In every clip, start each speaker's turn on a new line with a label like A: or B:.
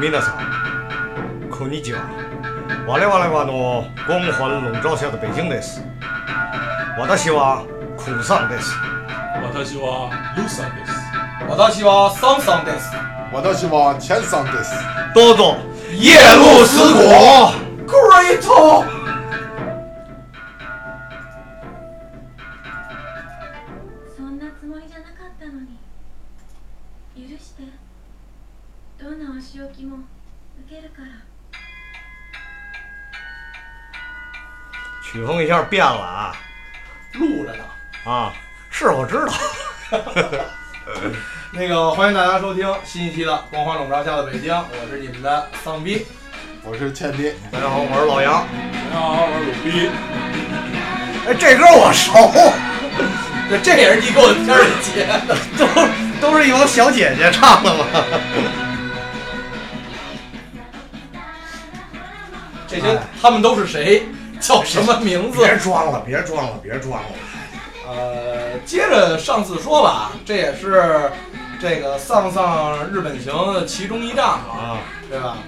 A: 皆さん、こんにちは。我々はあの光環笼罩下的北京です。私は苦さんです。
B: 私はルーさんです。
C: 私はサムさんです。
D: 私はチェンさんです。
A: どうぞ夜露思火。
C: Great！
E: そんなつもりじゃなかったのに許してどんなお仕置きも受けるから
A: 曲风一下变了啊
C: 录着呢。
A: 啊！是我知道，
C: 那个欢迎大家收听新一期的《光环笼罩下的北京》，我是你们的丧逼。
D: 我是倩斌，
A: 大家好，我是老杨。
B: 大家好，我是鲁逼。
A: 哎，这歌我熟，
C: 这这也是你给我片儿姐的。
A: 都都是一帮小姐姐唱 的嘛。
C: 这些他们都是谁？叫什么名字？
A: 装了，别装了，别装了。
C: 呃，接着上次说吧，这也是这个《丧丧日本行》的其中一站嘛，
A: 啊，
C: 对吧？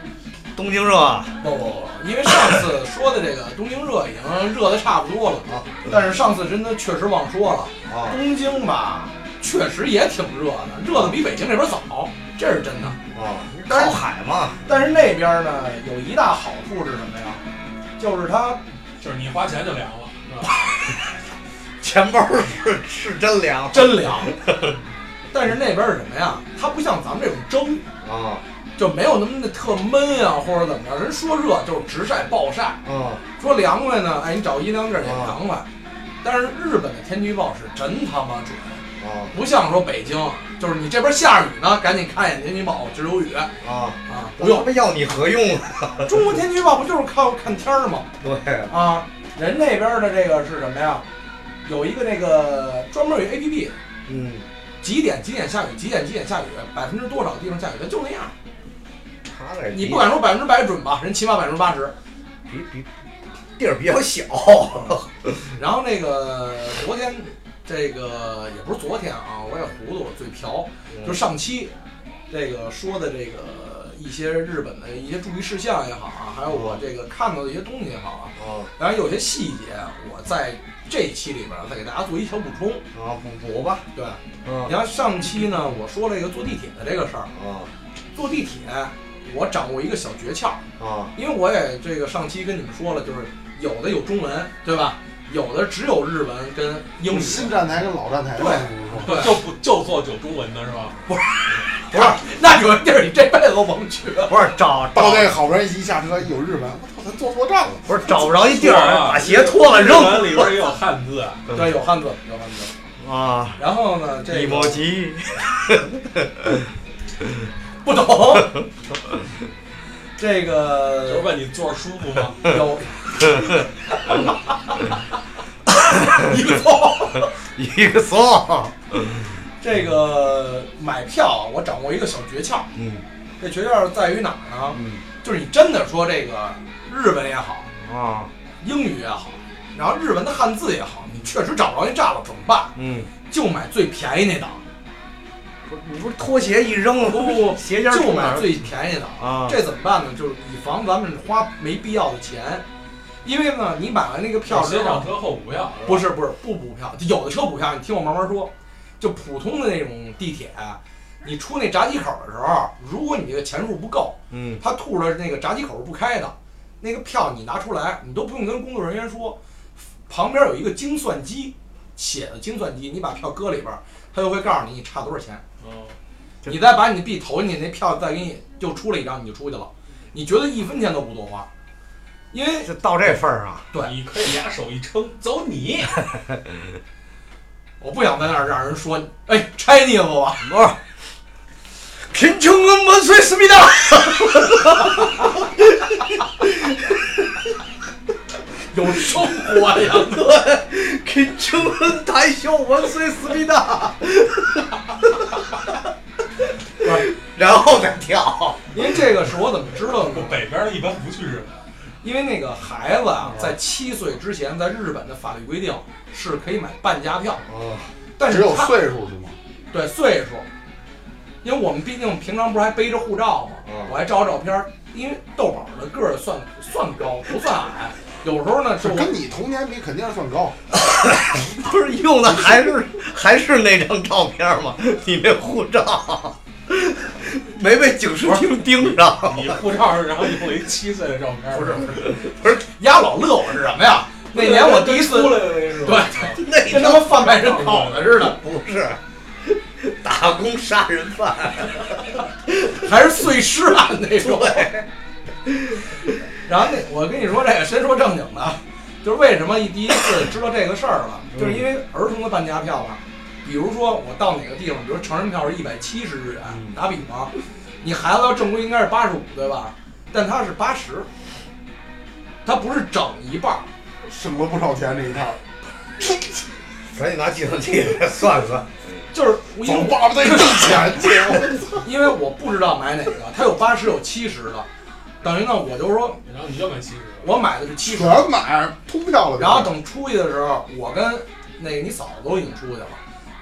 A: 东京热啊，
C: 不不不，因为上次说的这个东京热已经热的差不多了，但是上次真的确实忘说了。
A: 啊
C: 东京吧，确实也挺热的，热的比北京这边早，这是真的。
A: 啊靠海嘛，
C: 但是那边呢，有一大好处是什么呀？就是它
B: 就是你花钱就凉了，是吧？
A: 钱包是是真凉
C: 真凉，但是那边是什么呀？它不像咱们这种蒸，
A: 啊
C: 就没有那么的特闷啊，或者怎么着。人说热就是直晒暴晒，
A: 啊！
C: 说凉快呢，哎，你找阴凉地儿也凉快。但是日本的天气预报是真他妈准，
A: 啊
C: 不像说北京，就是你这边下雨呢，赶紧看一眼天气预报，今儿有雨啊，
A: 啊！
C: 不用
A: 他。妈要你何用啊？
C: 中国天气预报不就是靠看天儿吗？
A: 对，
C: 啊，人那边儿的这个是什么呀？有一个那个专门有一 A P P，
A: 嗯，
C: 几点几点下雨，几点几点下雨，百分之多少地方下雨，它就那样。
A: 他那
C: 你不敢说百分之百准吧，人起码百分之八十。
A: 比比地儿比较小，
C: 嗯然后那个昨天，这个也不是昨天啊，我也糊涂，我嘴瓢，
A: 嗯
C: 就上期这个说的这个一些日本的一些注意事项也好啊，还有我这个看到的一些东西也好啊，
A: 啊
C: 当然有些细节啊我在这一期里边儿再给大家做一小补充。
A: 啊补补吧，
C: 对，你
A: 嗯
C: 看上期呢，我说了一个坐地铁的这个事儿，
A: 啊
C: 坐地铁我掌握一个小诀窍，
A: 啊
C: 因为我也这个上期跟你们说了，就是有的有中文，对吧？有的只有日文跟英语。
D: 新站台跟老站台
C: 对
D: 不
C: 对，
B: 就不就做有中文的是吧？
A: 不是
C: 那有的地儿你这辈子都甭去了。
A: 不是找
D: 到
A: 找
D: 那好不容易一下车有日本，我操，咱坐错站了。
A: 不是找不着一地儿，
B: 啊
A: 把鞋脱了
B: 日
A: 扔
B: 文里边也有汉字，
C: 对，有汉字，有汉字。
A: 啊，
C: 然后呢，这
A: 一
C: 个
A: 毛鸡
C: 不懂。这
B: 就是
C: 个
B: 问你坐着舒服吗？
C: 有，一个。
A: 一个送，
C: 这个买票啊我掌握一个小诀窍，
A: 嗯
C: 这诀窍在于哪儿呢？
A: 嗯
C: 就是你真的说这个日文也好，
A: 啊
C: 英语也好，然后日文的汉字也好，你确实找不着那站了怎么办？
A: 嗯，
C: 就买最便宜那档，
A: 不是你不是拖鞋一扔，
C: 不不不
A: 鞋尖儿
C: 就
A: 冲哪
C: 买
A: 儿
C: 最便宜那档。
A: 啊
C: 这怎么办呢？就是以防咱们花没必要的钱，因为呢，你买完那个票之
B: 先
C: 后
B: 上，车后补票，
C: 不
B: 是吧？
C: 是不是不补票，有的车补票，你听我慢慢说。就普通的那种地铁，你出那闸机口的时候，如果你这个钱数不够，
A: 嗯
C: 他吐了那个闸机口是不开的，那个票你拿出来，你都不用跟工作人员说，旁边有一个精算机，写的精算机，你把票搁里边儿，他就会告诉你你差多少钱，
B: 嗯，
A: 这
C: 你再把你的币投进去，那票再给你就出来一张，你就出去了，你觉得一分钱都不多花，因为
A: 就到这份儿啊上，
C: 对
B: 你可以俩手一撑，走你。
C: 我不想在那儿让人说，哎，Chinese 吧，
A: 不是。贫穷恩文虽思密达，
C: 有生活呀，
A: 贫穷恩谈笑文虽思密达，
C: 不是
A: 然后再跳。
C: 因为这个是我怎么知道
B: 我
C: 的呢？
B: 北边的一般不去日本，
C: 因为那个孩子啊，在七岁之前，在日本的法律规定是可以买半价票，
D: 啊，
C: 但是
D: 只有
C: 他
D: 岁数是吗？
C: 对岁数，因为我们毕竟平常不是还背着护照吗？
A: 嗯
C: 我还照照片儿，因为豆宝的个儿算算高，不算矮。有时候呢，
D: 这
C: 就
D: 跟你童年比肯定是算高，
A: 不是用的还是还是那张照片吗？你那护照没被警视厅盯上，
B: 你护照，然后用了一七岁的照片，
C: 不是不是不是，丫老乐我是什么呀？那年我第一次
B: 出来的那是吧？
C: 对，
A: 那
C: 跟他妈贩卖人口的似的，
A: 不是打工杀人犯，
C: 还是碎尸案那种。
A: 对，
C: 然后那我跟你说这个，先说正经的，啊就是为什么一第一次知道这个事儿了，
D: 嗯
C: 就是因为儿童的半价票啊，比如说我到哪个地方，比如成人票是一百七十日元，
D: 嗯
C: 打比方，你孩子要正规应该是八十五对吧？但他是八十，他不是整一半儿，
D: 省了不少钱这一趟。
A: 赶紧拿计算器来算算，
C: 就是因
D: 走
C: 为
D: 爸爸再挣钱去，我
C: 我因为我不知道买哪个，他有八十有七十的，等于呢我就说
B: 然后你就买七十，
C: 我买的是七十，
D: 全买通票了。
C: 然后等出去的时候，我跟那个你嫂子都已经出去了，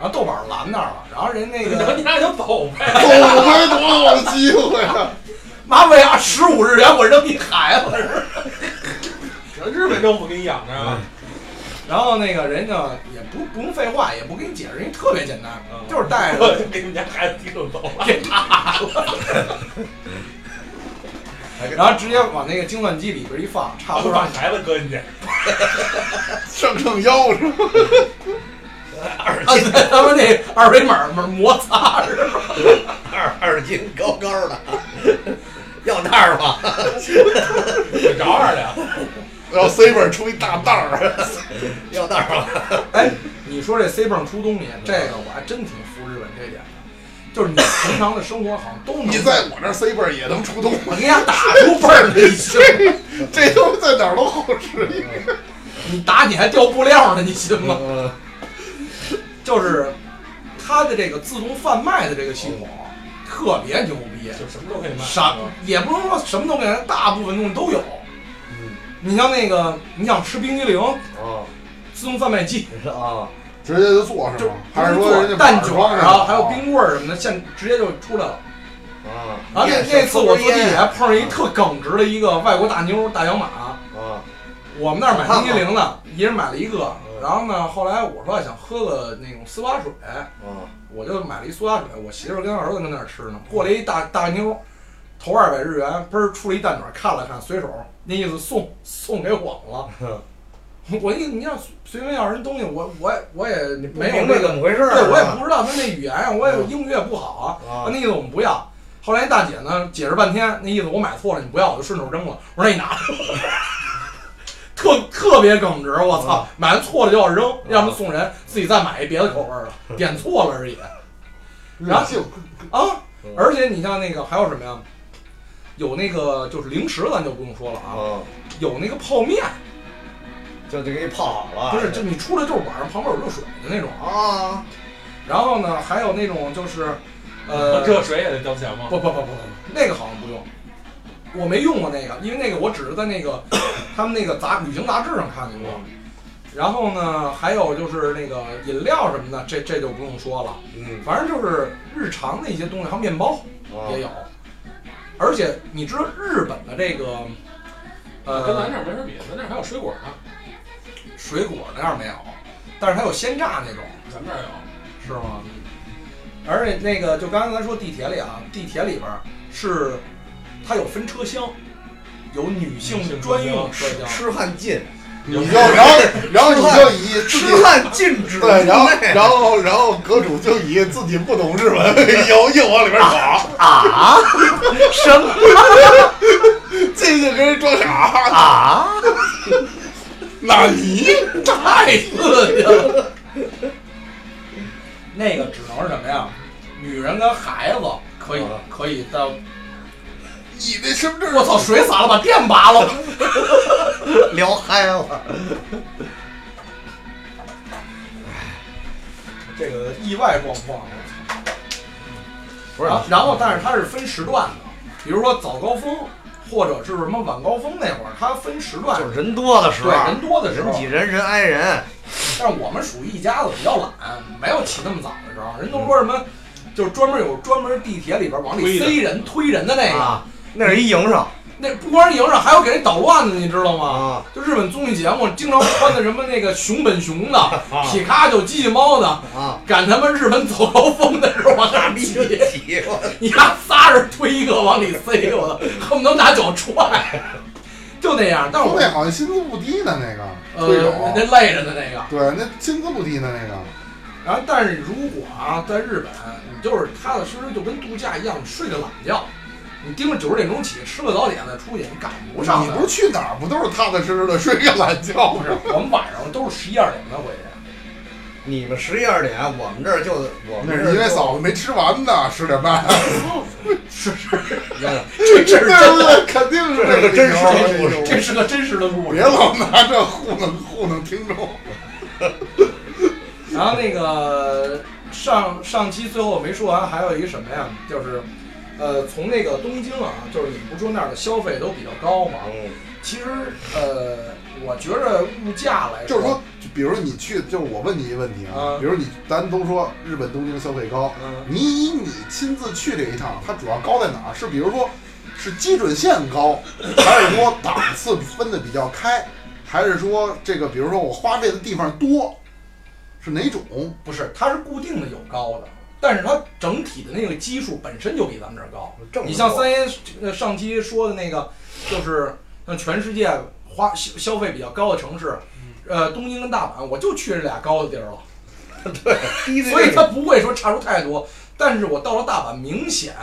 C: 然后豆宝拦那儿了，然后人那
B: 然后
C: 个
B: 你俩就走呗。
D: 走开，多好的机会啊！
C: 妈为啊十五日元我扔一孩子是吧，
B: 日本政府给你养着啊，
C: 嗯然后那个人家也不不用废话，也不给你解释，人家特别简单，
B: 嗯
C: 就是带
B: 我
C: 着
B: 就给你们家孩子提溜 走了。
C: 给打了，然后直接往那个精算机里边一放，差
B: 我
C: 不多
B: 把
C: 让你
B: 孩子搁进去，
D: 上秤腰是吧？
A: 二
C: 按
A: 斤
C: 在他们那二维码上摩擦是吧？
A: 二二斤高高的，要袋儿吗？
B: 得着着的。
D: 然后 C 本出一大袋儿，
A: 要袋儿吗？
C: 哎，你说这 C 泵出东西，这个我还真挺服日本这点的，就是你平常的生活好像都 能
D: 你在我这儿 C 本也能出动，
C: 我给你打出倍儿你信吗？
D: 这他妈在哪儿都好使。
C: 你打你还掉布料呢，你信吗？
A: 嗯
C: 就是它的这个自动贩卖的这个系统特别牛逼，
B: 就什么都可以卖。
C: 啥也不能说什么都给它，大部分东西都有。
A: 嗯
C: 你像那个，你想吃冰激凌，
A: 啊，
C: 自动贩卖机，
A: 你说啊，
D: 直接就坐
C: 就
D: 上了，哦还是说人家
C: 蛋卷
D: 装
C: 儿
D: 上
C: 啊，还有冰棍儿什么的，现直接就出来了。
A: 啊
C: 然后那
A: 你也
C: 那
A: 是
C: 次我坐地
A: 抽根
C: 铁
A: 烟
C: 还碰上一特耿直的一个外国大妞儿大洋马，
A: 啊，
C: 我们那儿买冰激凌呢，一人买了一个，然后呢，后来我说想喝个那种丝瓜水，
A: 啊，
C: 我就买了一苏打水，我媳妇儿跟儿子跟那儿吃呢。过来一大大妞儿，投二百日元，嘣儿出了一蛋卷，看了看，随手那意思送送给我了。
A: 哼
C: 我一你要随便要人东西，我我我也
A: 不
C: 没有
A: 明白
C: 那个啊
A: 怎么回事儿
C: 对我也
A: 是吧嗯
C: 不知道他那语言啊，我也英语也不好
A: 啊
C: 那意思我们不要。后来那大姐呢解释半天，那意思我买错了，你不要，我就顺手扔了。我说那你拿着。 特特别耿直，我操！
A: 嗯
C: 买完错了就要扔，要么送人，自己再买一别的口味儿的，点错了而已。
D: 人性
C: 啊
A: 嗯，
C: 而且你像那个还有什么呀？有那个就是零食，咱就不用说了
B: 嗯
C: 啊。
A: 啊，
C: 有那个泡面，
A: 就得给你泡好了，
B: 啊
C: 不是，就你出来就是晚上旁边有热水的那种啊。
A: 啊，
C: 然后呢，还有那种就是，呃，
B: 喝热水也得交钱吗？
C: 不不不不不，那个好像不用，我没用过那个，因为那个我只是在 那个他们那个杂旅行杂志上
A: 嗯
C: 看见
B: 嗯
C: 过。然后呢，还有就是那个饮料什么的，这这就不用说了，
A: 嗯
C: 反正就是日常的一些东西，还有面包。
A: 啊
C: 也有，而且你知道日本的这个，
B: 啊跟咱
C: 呃，
B: 这儿没法比，咱这儿还有水果呢，
C: 水果那样没有，但是它有鲜榨那种，
B: 咱们这儿有。
C: 是吗？而且那个就刚才咱说地铁里啊，地铁里边儿是它有分车厢，有女性专用车厢，
A: 痴汉禁，
D: 你就然后然后你就以自
A: 痴
D: 己
A: 汉禁止
D: 对，然 后
A: 入内
D: 然后然后阁主就以自己不懂日文，又硬往里边搞，
A: 啊， 什么
D: 进去跟人装傻，
A: 啊？
D: 那你
C: 太刺激了。 那个只能是什么呀？女人跟孩子可以
A: 啊
C: 可以到，
D: 你那身份证
C: 我操，水洒了，把电拔了。
A: 聊嗨了，
C: 这个意外状况。
A: 不
C: 然后，然后但是啊它是分时段的，比如说早高峰，或者是什么晚高峰那会儿，它分时段。
A: 就是人多的时候，
C: 对人多的时候
A: 人挤人，人挨人，
C: 但是我们属于一家子比较懒，没有起那么早的时候。人都说什么，就是专门有专门地铁里边往里塞人推人的那个，
A: 啊，那是一营生
C: 那不光是营上，还有给人捣乱的，你知道吗？
A: 啊
C: 就日本综艺节目经常穿的什么那个熊本熊 的、
A: 啊
C: 皮卡丘、机器猫的，
A: 啊！
C: 赶他妈日本走高峰的时候往那逼你， 你看仨人推一个往里塞，我操，恨不得拿脚踹，就那样。但是
D: 东
C: 我
D: 北好像薪资不低呢，那个推
C: 呃，那
D: 手，
C: 累着的那个，
D: 对，那薪资不低呢，那个。
C: 然后，但是如果啊，在日本，你就是踏踏实实，就跟度假一样，你睡个懒觉，你盯着九十点钟起，吃个早点再出去，你赶不上
D: 你
C: 的。
D: 不是去哪儿不都是踏踏实实的睡个懒觉
C: 不
D: 吗？
C: 是， 我们晚上都是十一二点才回 去。
A: 你们十一二点，我们这儿就我们
D: 那
A: 这儿
D: 是因为
A: 就
D: 嫂子没吃完呢，十点半。
C: 是是，
A: 嗯
C: 这这是真的，
D: 对，肯定是
A: 这是个真实的故
D: 事
C: 这是个真实的故
D: 别
C: 事。
D: 老拿这糊弄糊弄听众。
C: 然后那个上上期最后我没说完，还有一个什么呀？就是，呃，从那个东京啊，就是你不说那儿的消费都比较高嘛。
A: 嗯
C: 其实，呃，我觉着物价来
D: 就是说，就比如你去，就是我问你一个问题啊，
C: 嗯
D: 比如你，咱都说日本东京消费高，
C: 嗯
D: 你以你亲自去这一趟，它主要高在哪儿？是比如说，是基准线高，还是说档次分的比较开，还是说这个，比如说我花费的地方多，是哪种？
C: 不是，它是固定的有高的，但是它整体的那个基数本身就比咱们这儿
D: 嗯
C: 高。
A: 这么
C: 你像
A: 多
C: 三爷呃上期说的那个，就是像全世界花消消费比较高的城市，
D: 嗯
C: 呃，东京跟大阪，我就去这俩高的地儿了，
A: 低的
C: 所以
A: 这个
C: 它不会说差出太多。但是我到了大阪，明显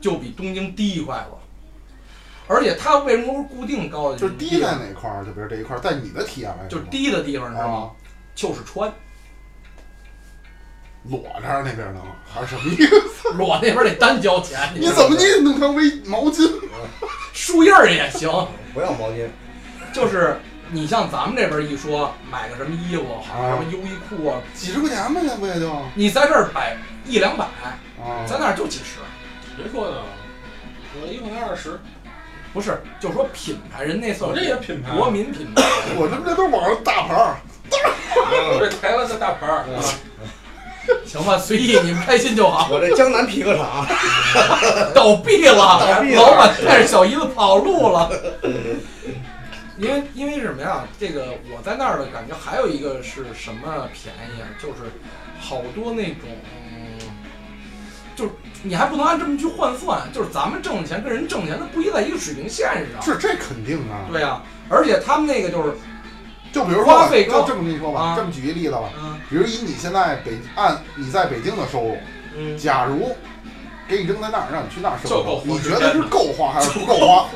C: 就比东京低一块了。而且它为什么是固定高的？
D: 就是低在哪块儿？就比如这一块儿，在你的体验来说，
C: 就是低的地方，你知道吗
D: 啊？，
C: 就是川，
D: 裸着那边呢，还是什么意 思？
C: 裸那边得单交钱。
D: 你怎么你也弄成围毛巾？
C: 树叶儿也行？
A: 不要毛巾，
C: 就是你像咱们这边一说买个什么衣服，好像什么优衣库啊，
D: 几十块钱吧，那不也就啊？
C: 你在这儿摆一两百，在那儿就几十。
B: 谁说的？我一块才二十，
C: 不是，就说品牌，人那算
B: 我这也品牌啊
C: 国民品牌。
D: 我他妈这都网上大牌儿，
B: 我这台湾的大牌儿，
C: 行吧，随意，你们开心就好。
A: 我这江南皮革厂，
C: 倒闭了，
A: 倒闭了
C: 老板带着小姨子跑路了。 因为因为什么呀？这个我在那儿的感觉还有一个是什么便宜啊？就是好多那种，就是你还不能按这么去换算，就是咱们挣的钱跟人挣的钱它不一在一个水平线上。
D: 是这肯定啊。
C: 对呀、而且他们那个就是，
D: 就比如说
C: 花
D: 吧，
C: 费
D: 就
C: 高
D: 这么跟你说吧，
C: 啊
D: 这么举一例子吧，
C: 嗯
D: 比如以你现在北按你在北京的收入，
C: 嗯，
D: 假如给你扔在那儿，让你去那儿
B: 就
D: 生
B: 够
D: 活，
B: 活
D: 你
B: 时
D: 觉
B: 间
D: 得是
B: 的
D: 够花还是不够花？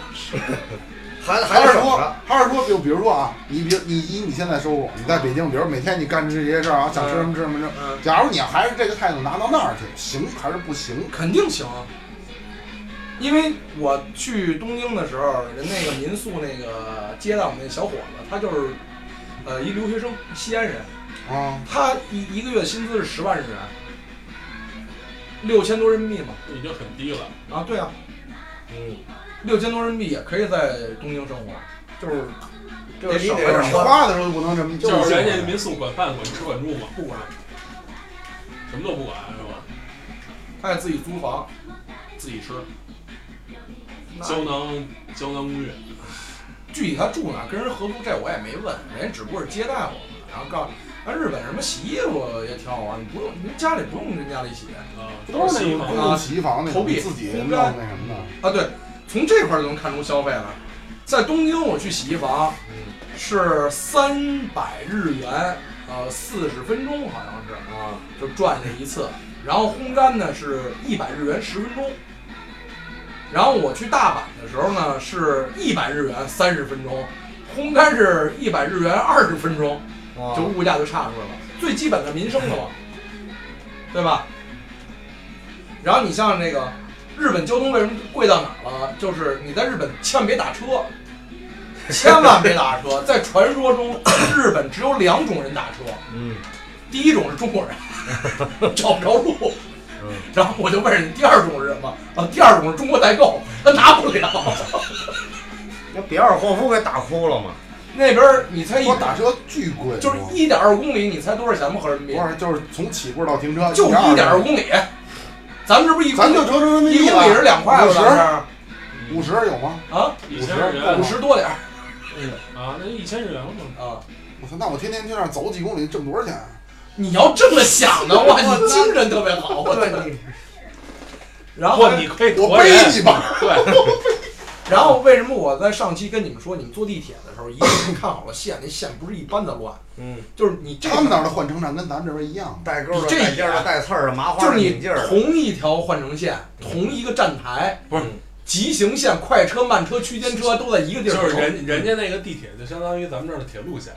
A: 还还
D: 还
A: 是
D: 是
A: 省
D: 说
A: 着，
D: 还是说，就比如说啊，你比如你以你现在收入，你在北京，比如每天你干这些事儿啊，想吃什么吃什么吃什么
C: 嗯，
D: 假如你还是这个态度拿到那儿去，行还是不行？
C: 肯定行。啊因为我去东京的时候，人那个民宿那个接待我们那小伙子，他就是，呃，一留学生，西安人，
D: 啊，
C: 他一一个月薪资是十万日元，六千多人民币嘛。
B: 已经很低了。
C: 啊，对啊，
A: 嗯，
C: 六千多人民币也可以在东京生活，就是
A: 这你
C: 得
A: 得
C: 省着
D: 你
C: 花
A: 花，
D: 花的时候不能这么，
B: 就是人
D: 这
B: 家
D: 么
B: 民宿管饭管吃管住嘛，
C: 不管，
B: 什么都不管是吧？
C: 他也自己租房，自己吃。
B: 胶囊胶囊公寓，
C: 具体他住哪，跟人合租，这我也没问，人家只不过是接待我们，然后告诉，啊，日本什么洗衣服也挺好玩，你不用，你家里不用跟家里洗
B: 啊，
D: 都是
B: 西
D: 那种
B: 方
D: 公
B: 的
D: 共洗衣房那
C: 投
D: 种
C: 币
D: 自己
C: 烘
D: 弄
C: 干
D: 那什么的，
C: 啊。对，从这块儿就能看出消费来。在东京，我去洗衣房是三百日元，呃，四十分钟好像是，
A: 啊，
C: 就转这一次，然后烘干呢是一百日元十分钟，然后我去大阪的时候呢是一百日元三十分钟，烘干是一百日元二十分钟，
A: 啊
C: 就物价就差出来了，最基本的民生的嘛，对吧？然后你像那个日本交通为什么贵到哪儿了？就是你在日本千万别打车，千万别打车，在传说中日本只有两种人打车。
A: 嗯
C: 第一种是中国人，找不着路，然后我就问人第二种是什么？啊，第二种是中国代购，他拿不了。
A: 那比尔霍夫给打哭了嘛，
C: 那边儿你猜一
D: 我打车巨贵，
C: 就是
D: 我
C: 一点二公里，你猜多少钱吗？合人民币
D: 不是，就是从起步到停车
C: 就
D: 1.2
C: 一点二公里，咱们这不一
D: 咱就折成人民
C: 一
D: 币
C: 公
D: 了，
C: 里是两块吧？
D: 五
C: 咱们这儿
D: 十五十有吗？
C: 啊，
B: 一千日元
C: 五十多点儿
B: 啊，那就一千日元嘛。
C: 啊！
D: 我操，那我天天去那儿走几公里，挣多少钱啊？
C: 你要这么想 的话，你精神特别好。我
A: 对
C: 觉得
A: 你
C: 然后
B: 不，你可以
D: 我
B: 驮
D: 背
B: 人
D: 你吧。
B: 对，
C: 然后为什么我在上期跟你们说，你们坐地铁的时候一定要看 好了线，那线不是一般的乱，
A: 嗯，
C: 就是你这
D: 他们那儿的换乘站跟咱们这边一样吗？
A: 带钩的、
C: 这
A: 带尖儿
C: 也
A: 的、带刺儿的、麻花
C: 就
A: 的、
C: 是你
A: 拧
D: 啊
A: 劲儿的，
C: 同一条换乘线，同一个站台，
B: 不是
C: 急行线、快车、慢车、区间车都在一个地儿走，嗯
B: 就是人人家那个地铁就相当于咱们这儿的铁路线，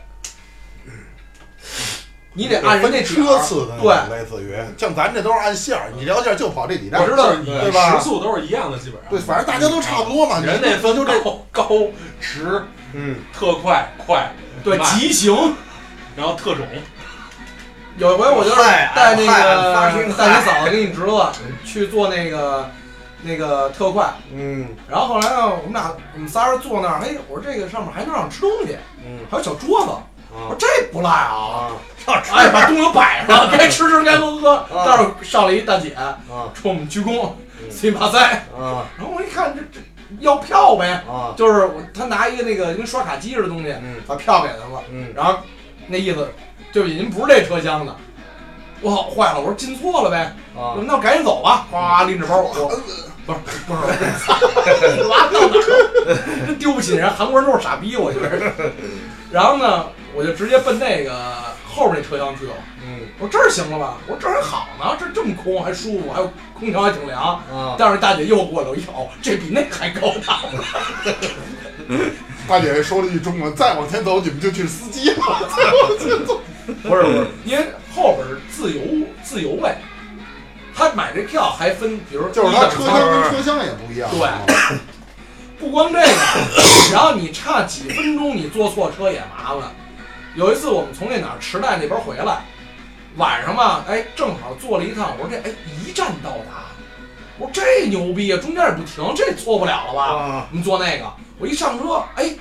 C: 你得按人家
D: 分
C: 点
D: 车
C: 儿
D: 次的，
C: 对，
D: 类似于像咱这都是按线儿，你聊线儿就跑这几
C: 我
D: 站
C: 知，道，
B: 你
D: 对吧
B: 时速都是一样的，基本上。
D: 对，反正大家都差不多嘛。
B: 人那分
D: 就这，
B: 高高直
A: 嗯，
B: 特快快，
C: 对
B: 慢
C: 急行。
B: 然后特种，
C: 有一回我就是
A: 嗨
C: 带那
A: 嗨发生
C: 个
A: 嗨
C: 带你嫂子跟你侄子去做那个那个特快，
A: 嗯
C: 然后后来呢，我们俩我们仨人坐那儿，哎，我说这个上面还能让吃东西，
A: 嗯
C: 还有小桌子，我说
A: 啊
C: 这不赖啊，
A: 啊，上车
C: 哎，把东西都摆上了， 啊该吃吃该喝喝。待会儿上来一大姐
A: 啊
C: 冲我们鞠躬，
A: 嗯
C: 随马赛，
A: 啊
C: 然后我一看这这要票呗，
A: 啊，
C: 就是我他拿一个那个跟刷卡机似的东西，
A: 嗯
C: 把票给他了。
A: 嗯
C: 然后那意思，对不起，您不是这车厢的。我操，坏了！我说进错了呗，
A: 啊，
C: 那我赶紧走吧。哗，拎着包，我不是不是，拉倒吧，真丢不起人，韩国人都是傻逼，我觉 得。然后呢，我就直接奔那个后面那车厢去了。
A: 嗯
C: 我说这儿行了吧？我说这儿还好呢，这儿这么空还舒服，还有空调还挺凉。
A: 啊，
C: 但是大姐又过来我一瞅，这比那还高 档。
D: 大姐说了一句中文，再往前走你们就去司机了， 再往前走。
A: 不是不是，
C: 因为后边儿自由自由位，他买这票还分，比如
D: 就是
C: 一
D: 它
C: 等
D: 车
C: 舱
D: 厢跟车厢也不一样。
C: 对不光这个， 然后你差几分钟你坐错车也麻烦。有一次我们从那哪儿池袋那边回来，晚上嘛，哎，正好坐了一趟，我说这哎一站到达，我说这牛逼啊，中间也不停，这错不了了吧？
A: 啊
C: 我们坐那个，我一上车，哎，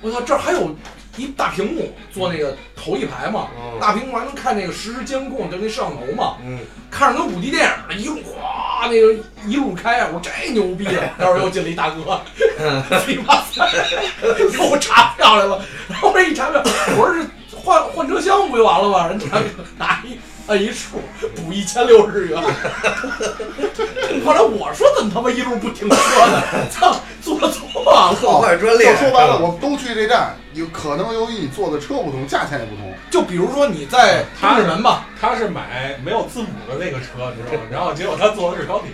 C: 我操，这儿还有一大屏幕，坐那个头一排嘛，
A: 嗯
C: 大屏幕还能看那个实时监控，就那摄像头嘛，
A: 嗯
C: 看着跟武器电影儿一路哗，那个一路开，我说这牛逼啊！ 待会儿又进了一大哥， 你妈塞，又查票来了。然后这一查票，我说这换换车厢不就完了吗？人家拿一按一数，补一千六十元。后来我说怎么他妈一路不停车呢？操，坐错了，
A: 破坏专利
D: 就，说白了，我都去这站，有可能由于你坐的车不同，价钱也不同。
C: 就比如说你在东直门吧，
B: 他是买没有字母的那个车，你知道吗？然后结果他坐的是高铁，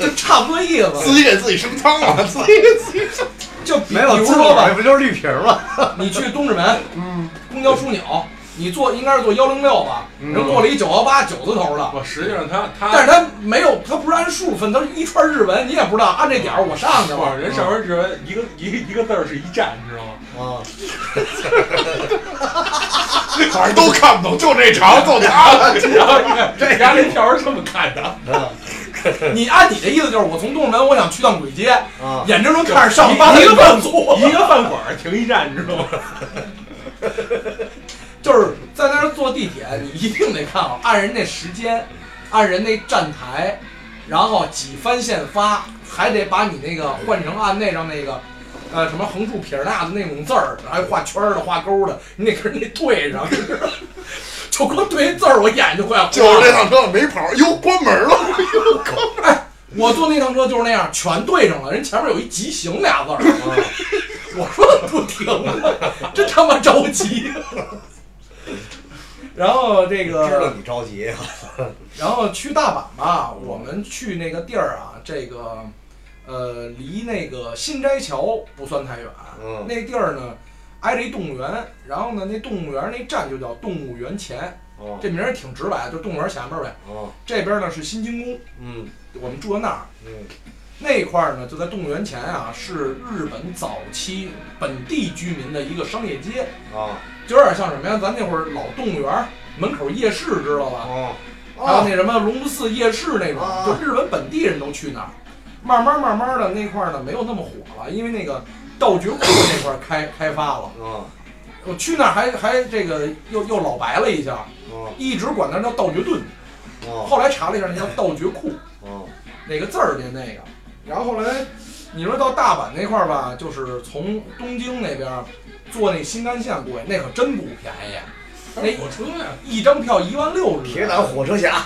C: 就差不多意
D: 司
C: 思。
D: 机 给自己升舱了，司机啊给自己升。
C: 就比
A: 没有
C: 比如
A: 自
C: 说
A: 动
C: 吧
A: 这，不就是绿瓶吗？
C: 你去东直门。
D: 嗯，
C: 公交枢纽，你坐应该是坐幺零六吧，
A: 嗯
C: 人过了一九幺八九字头的，
B: 不，实际上他他
C: 但是他没有，他不是按数分，他是一串日文，你也不知道按这点儿我上去
B: 哇
C: 了。嗯
B: 人上面指纹一个一个一个字儿是一站，你知道吗？
A: 啊，
D: 反正都看不懂，就这场 揍
C: 啊
D: 他了。
B: 然 后你看这压这条是这么看 的，
C: 你按你的意思就是我从东直门我想去趟簋街，
A: 啊，
C: 眼睁睁看着上班
B: 一个
C: 半
B: 饭
C: 坐，
B: 一个饭馆儿停一站，你知道吗？
C: 就是在那儿坐地铁，你一定得看好，按人那时间，按人那站台，然后几番线发，还得把你那个换成按那上那个。呃，什么横竖撇捺的那种字儿，还画圈儿的、画勾儿的，你得跟人家对上，就光对字儿，我眼睛快花了。
D: 就是这趟车没跑，哟，关门了。
C: 我坐那趟车就是那样，全对上了，人前面有一急行俩字儿，我说怎么不停啊，真他妈着急。然后这个
A: 知道你着急啊，
C: 然后去大阪吧，我们去那个地儿啊，这个呃，离那个新斋桥不算太远。
A: 嗯
C: 那地儿呢，挨着一动物园，然后呢，那动物园那站就叫动物园前，
A: 啊
C: 这名儿挺直白，就动物园前面呗。
A: 啊，
C: 这边呢是新京宫，
A: 嗯
C: 我们住到那儿。
A: 嗯
C: 那块儿呢，就在动物园前啊，是日本早期本地居民的一个商业街，
A: 啊
C: 就有点像什么呀？咱那会儿老动物园门口夜市，知道吧？
A: 啊
C: 还有
A: 啊，
C: 那什么龙不寺夜市那种，
A: 啊
C: 就日本本地人都去那儿。慢慢慢慢的那块儿呢，没有那么火了，因为那个道觉窟那块儿开开发了。
A: 啊
C: 我去那儿还还这个又又老白了一下，
A: 啊
C: 一直管那儿叫道觉顿，
A: 哦
C: 后来查了一下，那叫道觉库，
A: 哦
C: 那个字儿念那个。然后后来你说到大阪那块儿吧，就是从东京那边儿坐那新干线过去，那可真不便宜，啊那
F: 火车呀，
C: 一张票一万六日
A: 哎铁
C: 元，
A: 胆火车侠，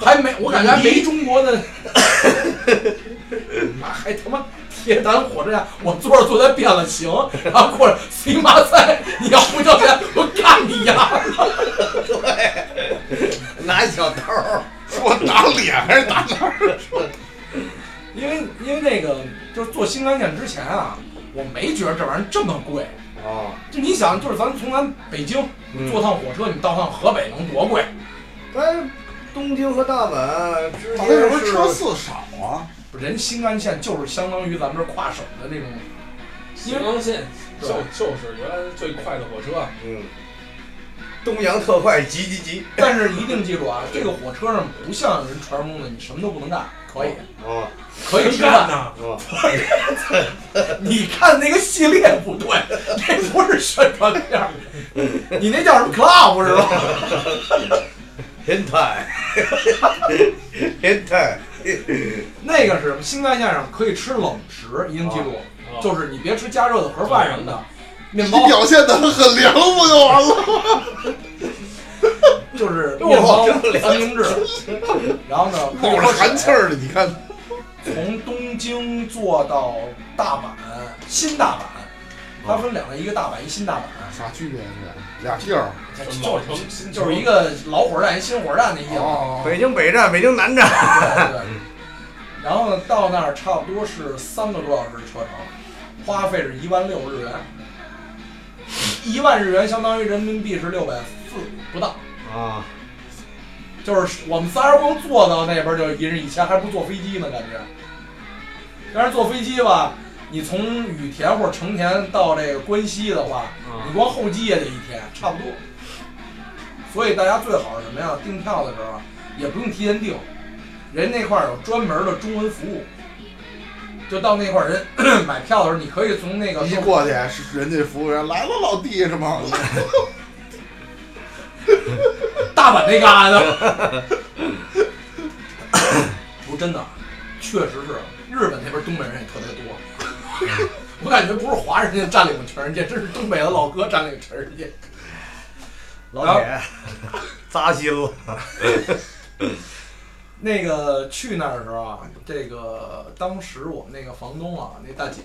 C: 还没我感觉还没中国 的，妈还他妈铁胆火车站，我坐着坐着变了形，然后过来谁妈塞，你要不交钱我干你丫！
A: 拿一小刀儿，
D: 说打脸还是打哪儿？
C: 因为因为那个就是坐新干线之前啊，我没觉得这玩意儿这么贵。
A: 哦，
C: 就你想，就是咱从咱北京
A: 嗯
C: 坐趟火车，你到趟河北能多贵？
A: 但东京和大阪之
D: 那时候
A: 间
D: 车
A: 是
D: 次少啊，
C: 人新干线就是相当于咱们这跨省的那种，
F: 新干线
C: 对
F: 就就是原来最快的火车，啊
A: 嗯，东洋特快，急急急，
C: 但是一定记住啊，这个火车上不像人传说中的你什么都不能干，可以
A: 哦
C: 可以吃
F: 干
C: 饭。
F: 呢？
A: 哦，
C: 你看那个系列不对，这不是宣传片儿，你那叫什么 club 是吧？
A: 变态，变态，
C: 那个是新干线上可以吃冷食，一定记住，
F: 啊
C: 就是你别吃加热的盒饭什么的，面
D: 你
C: 包
D: 表现的很良不就完了？
C: 就是面包
A: 我真
C: 三明治，然后呢，可以
D: 冒
C: 喝
D: 着
C: 水
D: 寒气儿呢，你看，
C: 从东京坐到大阪，新大阪，它分两个，一个大阪，一新大阪，
D: 啥区别是俩地儿？
F: 什么
C: 就
F: 老
C: 是
F: 城新
C: 就是一个老火车站，一新火车站的意思。
D: 哦，
A: 北京北站，北京南站，
C: 对对。 然后呢，到那儿差不多是三个多小时车程，花费是一万六日元，一万日元相当于人民币是六百四不到。
A: 啊，
C: 就是我们仨人光坐到那边就一人一千，还不如坐飞机呢，感觉。但是坐飞机吧，你从羽田或者成田到这个关西的话，你光候机也得一天，差不多。所以大家最好是什么呀？订票的时候啊也不用提前订，人那块儿有专门的中文服务。就到那块儿人 买票的时候，你可以从那个
D: 哦一过去是人家服务员来了，老弟是 吗？
C: 大阪那旮旯的。不是真的，确实是日本那边东北人也特别多。 我感觉不是华人家占领了全世界，真是东北的老哥占领全世界。
A: 老铁，扎心了，
C: 那个去那儿的时候啊，这个当时我们那个房东啊，那大姐，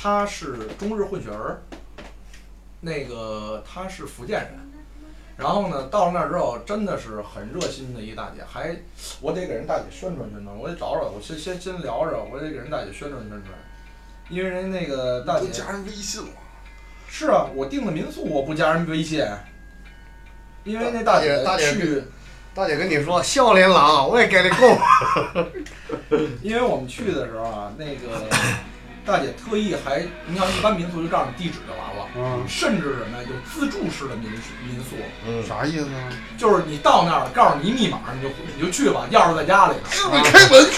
C: 她是中日混血儿，那个她是福建人，然后呢，到了那儿之后，真的是很热心的一大姐，还我得给人大姐宣传宣传，我得找找，我先先先聊着，我得给人大姐宣传宣传，因为人家那个大
D: 都
C: 姐
D: 加人微信了，
C: 是啊，我订的民宿我不加人微信，因为那姐
A: 大姐大姐
C: 去。
A: 大姐跟你说，笑脸郎，我也给你供，
C: 因为我们去的时候啊，那个大姐特意还，你像一般民宿就告诉你地址就完了，
D: 嗯，
C: 甚至什么呀，就自助式的民宿民宿，
A: 嗯，
D: 啥意思啊？
C: 就是你到那儿告诉你密码，你就你就去吧，钥匙在家里。
D: 是不是开门？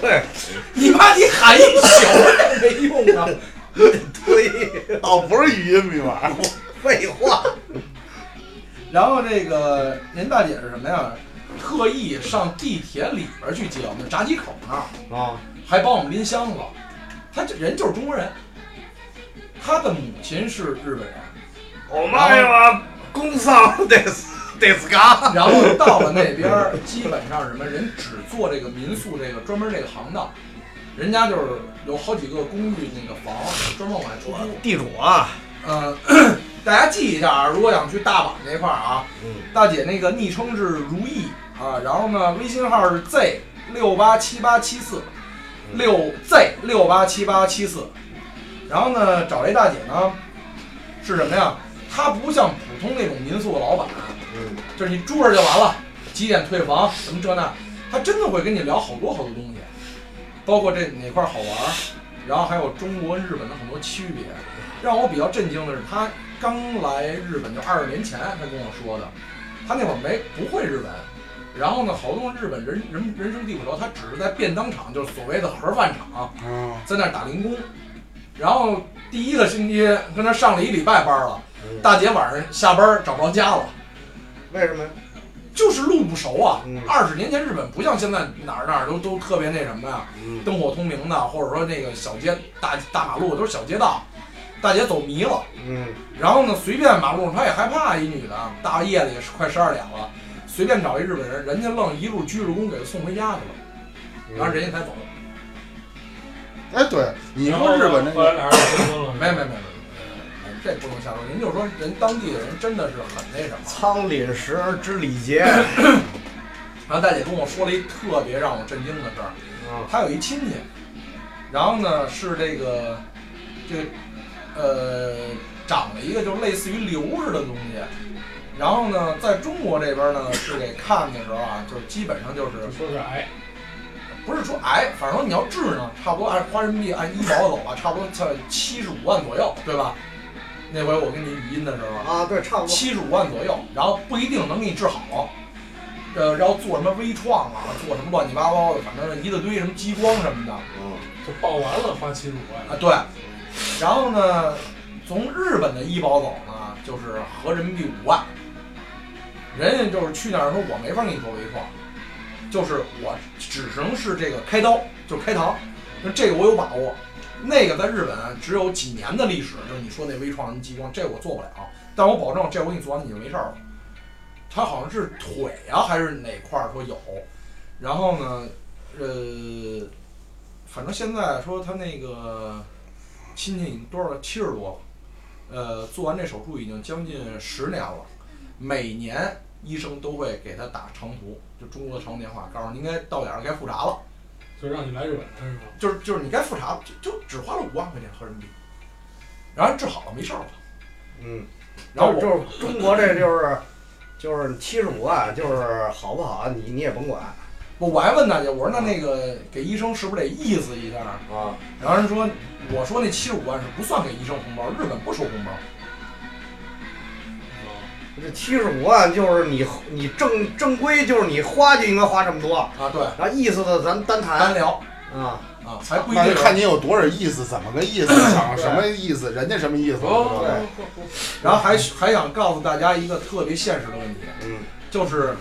A: 对，
C: 你妈你喊一宿也没用啊！
A: 对，
D: 哦，不是语音密 码，啊
A: 废话，
C: 然后这个人大姐是什么呀？特意上地铁里边去接我们闸机口那儿，
A: 啊，
C: 还帮我们拎箱子。她这人就是中国人，她的母亲是日本人。
A: 我妈呀，工伤得死得死嘎，
C: 然后到了那边儿，基本上什么人只做这个民宿这个专门这个行当，人家就是有好几个公寓那个房专门往外出租。
A: 地主啊，
C: 嗯、 大家记一下啊，如果想去大阪那块儿啊，
A: 嗯，
C: 大姐那个昵称是如意啊，然后呢微信号是 Z 六八七八七四
A: 嗯
C: 六 Z 六八七八七四，然后呢找这大姐呢是什么呀？她不像普通那种民宿老板，啊
A: 嗯，
C: 就是你住着就完了，几点退房什么这那，他真的会跟你聊好多好多东西，包括这哪块儿好玩儿，然后还有中国日本的很多区别。让我比较震惊的是，他刚来日本就二十年前，他跟我说的，他那会儿没不会日文，然后呢，好多日本人人人生地不熟，他只是在便当厂，就是所谓的盒饭厂，
D: 嗯，
C: 在那儿打零工，然后第一个星期跟
A: 嗯
C: 他上了一礼拜班了，大姐晚上下班儿找不着家了。
A: 为什么呀？
C: 就是路不熟啊
A: 嗯。
C: 二十、年前日本不像现在哪儿哪儿都都特别那什么呀，
A: 嗯
C: 灯火通明的，或者说那个小街大大马路都是小街道，大姐走迷了。
A: 嗯
C: 然后呢，随便马路上她也害怕，一女的，大夜里也是快十二点了，随便找一日本人，人家愣一路鞠着躬给她送回家去了，然后人家才走。
D: 哎，对， 你
F: 然后
D: 说日本那
F: 后来
D: 个，
F: 俩人结婚了，
C: 没没没没没没，这不能瞎说。人就说人当地的人真的是很那什么。
A: 苍廪实而知礼节。
C: 然后大姐跟我说了一特别让我震惊的事儿，她有一亲戚，然后呢是这个这个呃长了一个就类似于瘤似的东西，然后呢在中国这边呢是给看的时候啊，就是基本上就是
F: 说是哎癌，
C: 不是说癌，反正你要治呢，差不多按花人民币按医保走吧，差不多在七十五万左右，对吧？那回我跟你语音的时候啊，
A: 啊，对，差不多。
C: 七十五万左右，然后不一定能给你治好，呃，然后做什么微创啊，做什么乱七八糟的，反正一大堆什么激光什么的啊，
A: 嗯
F: 就报完了花七十五万，
C: 对。然后呢，从日本的医保走呢，就是合人民币五万，人家就是去那儿说我没法给你做微创，就是我只能是这个开刀，就是开膛，那这个我有把握。那个在日本啊只有几年的历史，就是你说那微创什么激光，这我做不了，但我保证这我给你做完你就没事儿了。他好像是腿啊还是哪块儿说有，然后呢，呃，反正现在说他那个亲戚已经多少了，七十多了，呃，做完这手术已经将近十年了，每年医生都会给他打长途，就中国的长途电话，告诉您该到点儿了该复查了。
F: 就让你来日本了是吗？
C: 就是就是你该复查，就就只花了五万块钱合人民币，然后治好了没事儿了。
A: 嗯，
C: 然后我
A: 就是中国这就是就是七十五万，就是好不好你你也甭管啊
C: 我我还问大姐，我说那那个给医生是不是得意思一下？
A: 啊。
C: 然后人说，我说那七十五万是不算给医生红包，日本不收红包。
A: 这七十五万就是你你正正规就是你花就应该花这么多，
C: 啊，对，
A: 然后意思的咱单
C: 单
A: 谈
C: 聊
A: 啊。
C: 啊，还不一
D: 那
C: 定
D: 就看你有多少意思，怎么个意思，想什么意思，人家什么意思。
F: 哦，
C: 然后还还想告诉大家一个特别现实的问题，
A: 嗯
C: 就是，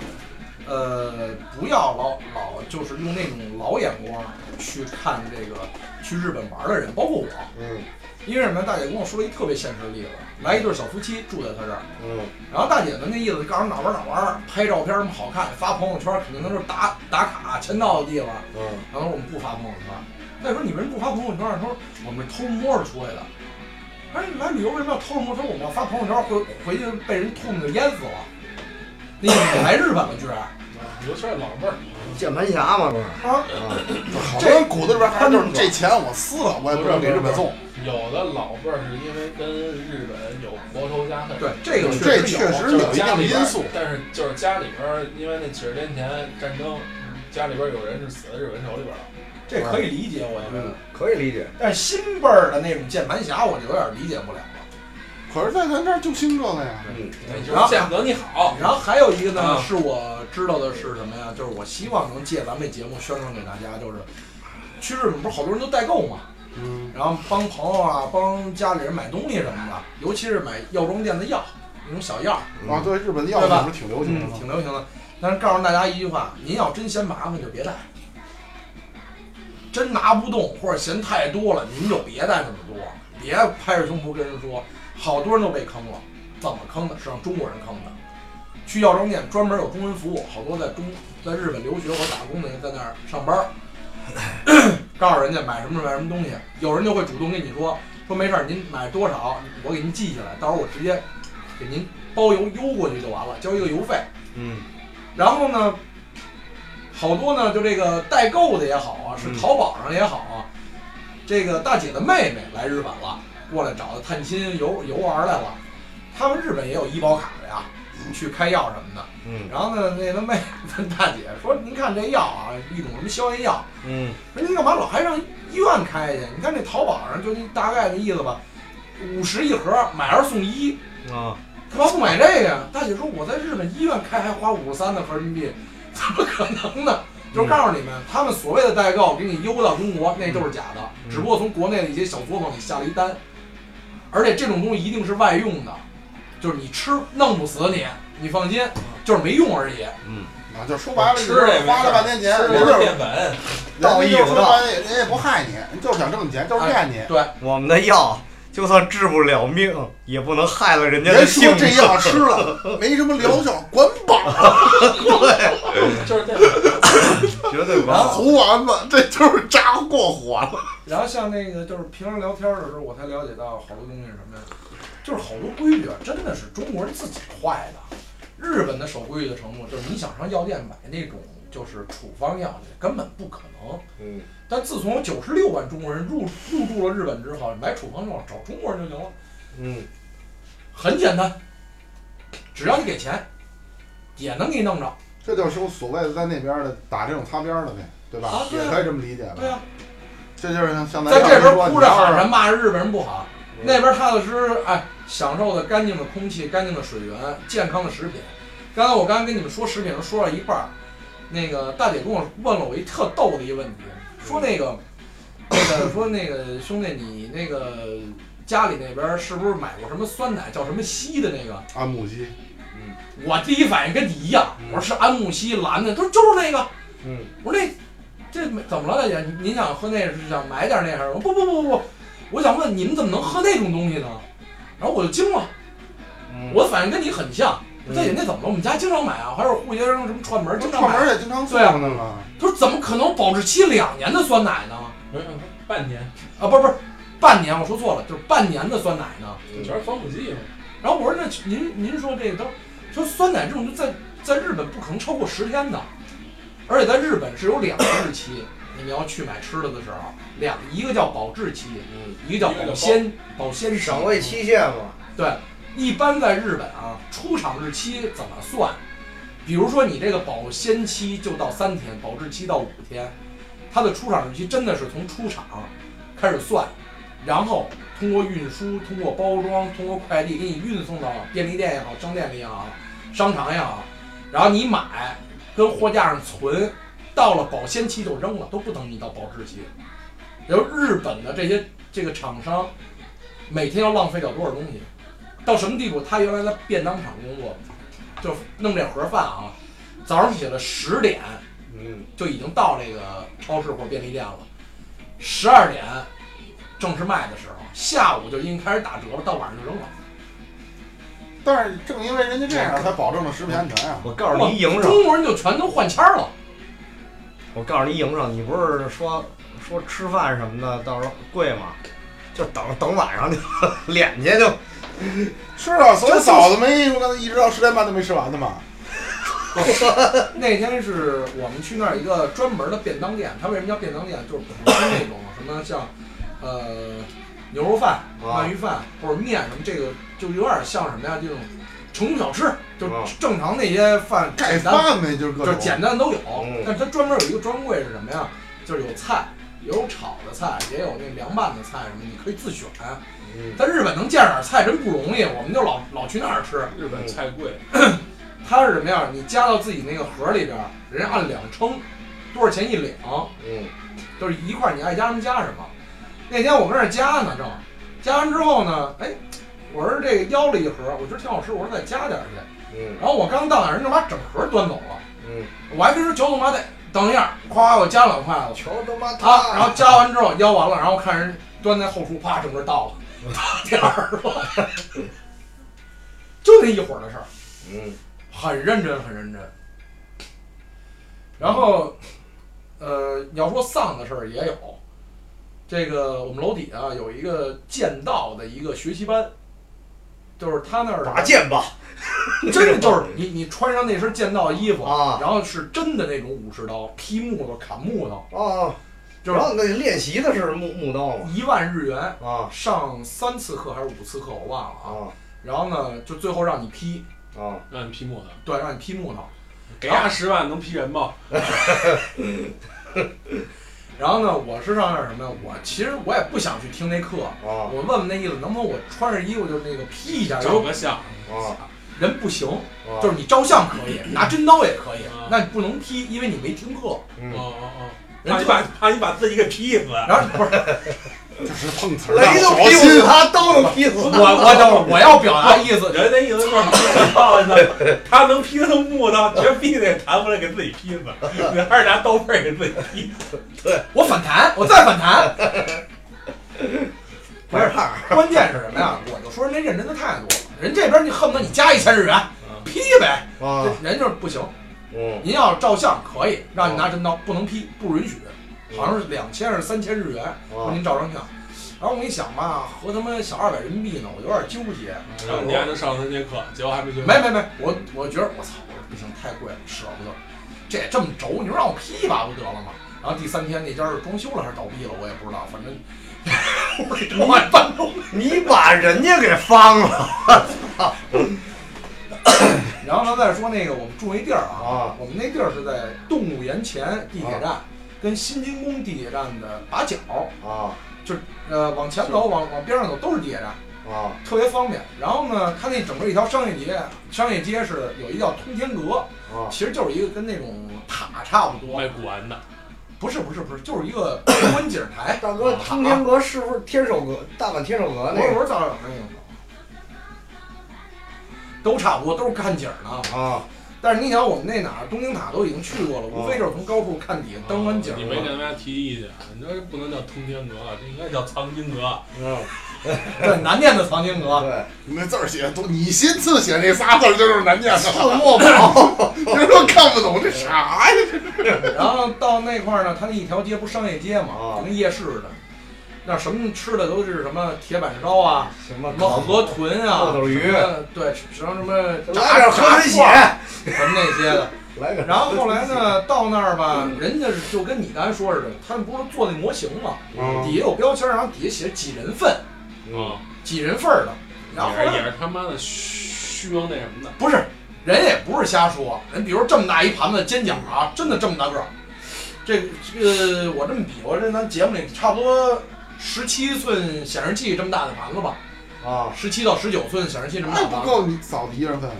C: 呃，不要老老就是用那种老眼光去看这个去日本玩的人，包括我。
A: 嗯
C: 因为什么？大姐跟我说了一特别现实的例子，来一对小夫妻住在她这儿，
A: 嗯
C: 然后大姐呢那意思告诉哪儿玩儿哪儿玩儿，拍照片儿什么好看，发朋友圈儿肯定都是打打卡签到的地方。
A: 嗯
C: 然后我们不发朋友圈儿，大姐说你为什么不发朋友圈儿？她说我们偷摸着出来的。哎，你来旅游为什么要偷着摸？说我们要发朋友圈儿回回去被人吐沫淹死了。那意思你来日本了居然
F: 有点老味儿，
A: 键盘侠嘛不是
C: 啊！
A: 啊。
D: 好多人骨子里边还就是这钱我撕了，我也不能给日本送。
F: 有的老辈儿是因为跟日本有国仇家恨，
C: 对，这个
D: 嗯这
C: 确
D: 确
C: 有
D: 实
F: 就是
D: 有一
F: 家
D: 定的
F: 里边
D: 因素。
F: 但是就是家里边儿，因为那几十年前战争，家里边儿有人是死在日本手里边儿了。
C: 这可以理解，我觉得
A: 嗯。，可以理解。
C: 但是新辈儿的那种键盘侠，我就有点理解不了了。
D: 可是，在咱这儿就兴这个呀。
A: 嗯
F: 那就是见不得你
B: 哦
F: 好，
C: 然后还有一个呢，
F: 啊
C: 是我知道的是什么呀？就是我希望能借咱们这节目宣传给大家，就是去日本不是好多人都代购嘛，
D: 嗯，
C: 然后帮朋友啊、帮家里人买东西什么的，尤其是买药妆店的药，那种小药，
D: 啊，对，日本的药
C: 对吧
D: 品不是挺流行的
C: 嗯，
D: 吗？
C: 挺流行的。但是告诉大家一句话，您要真嫌麻烦就别带，真拿不动或者嫌太多了，您就别带那么多，别拍着胸脯跟人说，好多人都被坑了，怎么坑的？是让中国人坑的。去药妆店专门有中文服务，好多在中在日本留学或者打工的人在那儿上班儿， 告诉人家买什么买什么东西，有人就会主动跟你说说没事儿，您买多少我给您记下来，到时候我直接给您包邮邮过去就完了，交一个邮费。
A: 嗯
C: 然后呢，好多呢，就这个代购的也好啊，是
A: 嗯
C: 淘宝上也好啊，这个大姐的妹妹来日本了，过来找她探亲游游玩来了。他们日本也有医保卡的呀，去开药什么的。
A: 嗯
C: 然后呢，那他妹 问大姐说：“您看这药啊，一种什么消炎药，
A: 嗯
C: 说您干嘛老还让医院开去？你看这淘宝上就那大概的意思吧，五十一盒，买二送一。”
A: 啊，
C: 干嘛不买这个呀？大姐说我在日本医院开还花五十三呢合人民币，怎么可能呢？就是告诉你们，他们所谓的代购给你邮到中国，那都是假的，只不过从国内的一些小作坊里下了一单，而且这种东西一定是外用的，就是你吃弄不死你，你放心。就是没用而已。
A: 嗯，
D: 啊，就说白了，你
F: 吃了也没
D: 花了半天钱，
F: 吃
D: 人
F: 的
D: 就是是
F: 淀 粉，
A: 道义
D: 人家就
A: 有
D: 说
A: 道
D: 白了，人家也不害你，你就是想挣你钱，就是
C: 哎
D: 骗你。
C: 对，
A: 我们的药就算治不了命，也不能害了人家的
D: 人
A: 性
D: 说
A: 命。
D: 这药吃了没什么疗效，管饱，
F: 就是淀粉。
A: 绝对不
C: 然
A: 好。
C: 后
D: 胡丸子，这就是炸过火了。
C: 然后像那个就是平时聊天的时候，我才了解到好多东西是什么呀，就是好多规矩啊，真的是中国人自己坏的。日本的守规矩的程度，就是你想上药店买那种就是处方药去，根本不可能。
F: 嗯，
C: 但自从九十六万中国人入入住了日本之后，买处方药找中国人就行了，
A: 嗯，
C: 很简单，只要你给钱，也能给你弄着。
D: 这就是所谓的在那边的打这种擦边的呗，对吧？
C: 啊对啊
D: 也可以这么理解吧。
C: 对啊，
D: 这就是像像咱
C: 在这边
D: 说你
C: 哭着
D: 要
C: 喊
D: 是
C: 着骂日本人不好，
A: 嗯
C: 那边踏踏实实哎，享受的干净的空气、干净的水源、健康的食品。刚才我刚才跟你们说食品时候说到一半儿，那个大姐跟我问了我一特逗的一个问题，
D: 嗯
C: 说那个那个说那个兄弟你那个家里那边儿是不是买过什么酸奶叫什么稀的那个？
D: 啊，母鸡，
C: 我第一反应跟你一样，我说是安慕希蓝的，他说就是那个，
A: 嗯，
C: 我说那这怎么了大姐？您想喝那是想买点那样的吗？不不不不不，我想问你们怎么能喝那种东西呢？然后我就惊了，
A: 嗯
C: 我反应跟你很像，我说大姐那怎么了？我们家经常买啊，还有互相什么串门经常
D: 串
C: 买。
D: 门也经常
C: 对啊
D: 送的嘛。
C: 他说怎么可能保质期两年的酸奶呢？
F: 没有半年，
C: 啊，不是不是，半年我说错了，就是半年的酸奶呢。
F: 就全是防腐剂嘛。
C: 然后我说那您您说这个都说酸奶这种就在在日本不可能超过十天的，而且在日本是有两个日期，你们要去买吃的的时候，两一个叫保质期，
F: 嗯，
C: 一个叫保鲜保鲜期
A: 赏味。期限嘛，
C: 对，一般在日本啊，出厂日期怎么算？比如说你这个保鲜期就到三天，保质期到五天，它的出厂日期真的是从出厂开始算，然后通过运输、通过包装、通过快递给你运送到便利店也好、商店里也好、商场也好，然后你买跟货架上存，到了保鲜期就扔了，都不等你到保质期。然后日本的这些这个厂商每天要浪费掉多少东西？到什么地步？他原来在便当厂工作，就是弄这盒饭啊，早上起来十点
A: 嗯，
C: 就已经到这个超市或便利店了，十二点正式卖的时候，下午就已经开始打折了，到晚上就扔了。
D: 但是正因为人家这样，才保证了食品安全
C: 嗯
D: 啊。
A: 我告诉你赢上，
C: 中国人就全都换签儿了。
A: 我告诉你赢上，你不是说说吃饭什么的，到时候贵吗？就等等晚上就 脸去就是
D: 啊，所以嫂子没一直到十点半都没吃完的嘛。
C: 那天是我们去那儿一个专门的便当店，它为什么叫便当店？就是不是那种什么像，呃，牛肉饭、
A: 啊
C: 鳗鱼饭或者面什么，这个就有点像什么呀？这种城中小吃，就
A: 啊
C: 正常那些饭
D: 盖
C: 简单，
D: 饭呗，就是各
C: 就是
D: 种。
C: 简单都有
A: 嗯。
C: 但是它专门有一个专柜是什么呀？就是有菜，有炒的菜，也有那凉拌的菜什么，你可以自选。在日本能见点菜真不容易，我们就老老去那儿吃。
F: 日本菜贵，
C: 它是什么样？你加到自己那个盒里边儿，人家按两称，多少钱一两，
A: 嗯，
C: 就是一块儿你爱加什么加什么。那天我跟那儿加呢，正加完之后呢，哎，我说这个腰了一盒，我觉得挺好吃，我说再加点儿去。
A: 嗯
C: 然后我刚到那儿，人就把整盒端走了，
A: 嗯，
C: 我还没说九桶麻袋，等一下，夸我加两筷子，
A: 瞧他妈
C: 啊，然后加完之后腰完了，然后看人端在后厨，啪，整个倒了， 啪点儿了， 就那一会儿的事儿。
A: 嗯
C: 很认真，很认真。然后，呃，你要说丧的事儿也有，这个我们楼底下有一个剑道的一个学习班，就是他那儿
A: 拔剑吧，
C: 真的就是你你穿上那身剑道衣服
A: 啊
C: 然后是真的那种武士刀，劈木头、砍木头，
A: 啊，
C: 就
A: 然
C: 是
A: 后那练习的是木木刀嘛，
C: 一万日元，
A: 啊
C: 上三次课还是五次课我忘了啊。
A: 啊
C: 然后呢，就最后让你劈，
A: 啊，
F: 让你批木头，
C: 对，让你劈木头。
F: 给他十万能批人吗？
C: 然后呢，我是上那儿什么呀？我其实我也不想去听那课，
A: 啊
C: 我问问那意思，能不能我穿着衣服就那个劈一下？
F: 找
C: 然后
F: 个像，
A: 啊
C: 人不行，
A: 啊，
C: 就是你照相可以，拿真刀也可以
F: 啊，
C: 那你不能劈，因为你没听课。
F: 哦
A: 嗯
F: 哦哦，
C: 人
F: 怕
C: 家
F: 你把怕你把自己给劈死。
C: 然后不是，
D: 就是碰瓷儿大
A: 雷都
D: 小
A: 劈不死
D: 心。啊
A: 他，刀能劈死
C: 我
A: 他。
C: 我等我要表达意思，
F: 人的意思就是你操的，他能劈成木头，绝逼得弹回来给自己 劈死，你还是拿刀背给自己劈死。
C: 我反弹，我再反弹。不是，关键是什么呀？我就说人家认真的态度，人这边你恨不得你加一千日元，劈呗。
A: 啊，
C: 人就是不行，
A: 嗯，
C: 您要照相可以，让你拿真刀，不能劈，不允许，好像是两千还是三千日元，让您照张相。然后我一想吧，合他妈小二百人民币呢，我有点纠结。
B: 嗯
F: 然后你还能上三节课，结果还没学会
C: 没没没，我我觉得我操，我说不行，太贵了，舍不得。这也这么轴，你说让我劈一把不得了吗？然后第三天那家是装修了还是倒闭了，我也不知道，反正 我给我买办公。
A: 你把人家给放了
C: 然后呢，再说那个我们住那地儿啊
A: 啊，
C: 我们那地儿是在动物园前地铁站跟新津宫地铁站的把角，
A: 啊
C: 就是呃往前走往往边上走都是地铁站，
A: 啊
C: 特别方便。然后呢，它那整个一条商业街，商业街是有一叫通天阁，
A: 啊！
C: 其实就是一个跟那种塔差不多，
F: 卖古玩的，
C: 不是不是不是，就是一个 观景台。
G: 大哥，通天阁是不是天守阁？大阪天守阁
C: 我
G: 那
C: 我
G: 个？
C: 说早上那个，都差不多，都是看景儿呢。
A: 啊，
C: 但是你想，我们那哪儿东京塔都已经去过了，无非就是从高处看底下当观景儿
F: 你没给他们家提意见，你说这不能叫通天阁，啊这应该叫藏经阁。啊
A: 嗯，
C: 对，难念的藏经阁。
G: 对，
D: 那字儿写的都，你亲自写这仨字儿就是难念的，
A: 字幕宝，
D: 别说看不懂这啥呀？
C: 然后到那块儿呢，它那一条街不是商业街嘛，
A: 啊
C: 就跟夜市似的。那什么吃的都是什么铁板烧啊，
A: 什么
C: 什么河豚啊，
A: 烤土鱼
C: 什么，对，什么什么
G: 来点河豚血，
C: 什么那些的。
G: 来个。
C: 然后后来呢，到那儿吧，人家是就跟你刚才说似的，他们不是做那模型嘛，
A: 嗯
C: 底下有标签，然后底下写几人份，
A: 嗯
F: 啊，
C: 几人份儿的。然后后
F: 也是也
C: 来
F: 是他妈的虚虚装那什么的，
C: 不是，人也不是瞎说，人比如这么大一盘子煎饺啊，真的这么大个儿。这个这个我这么比划，这咱节目里差不多十七寸显示器这么大的盘子吧，
A: 啊，
C: 十七到十九寸显示器这么大
D: 那
C: 的盘
D: 不
C: 子，
D: 够你嫂子一人份啊？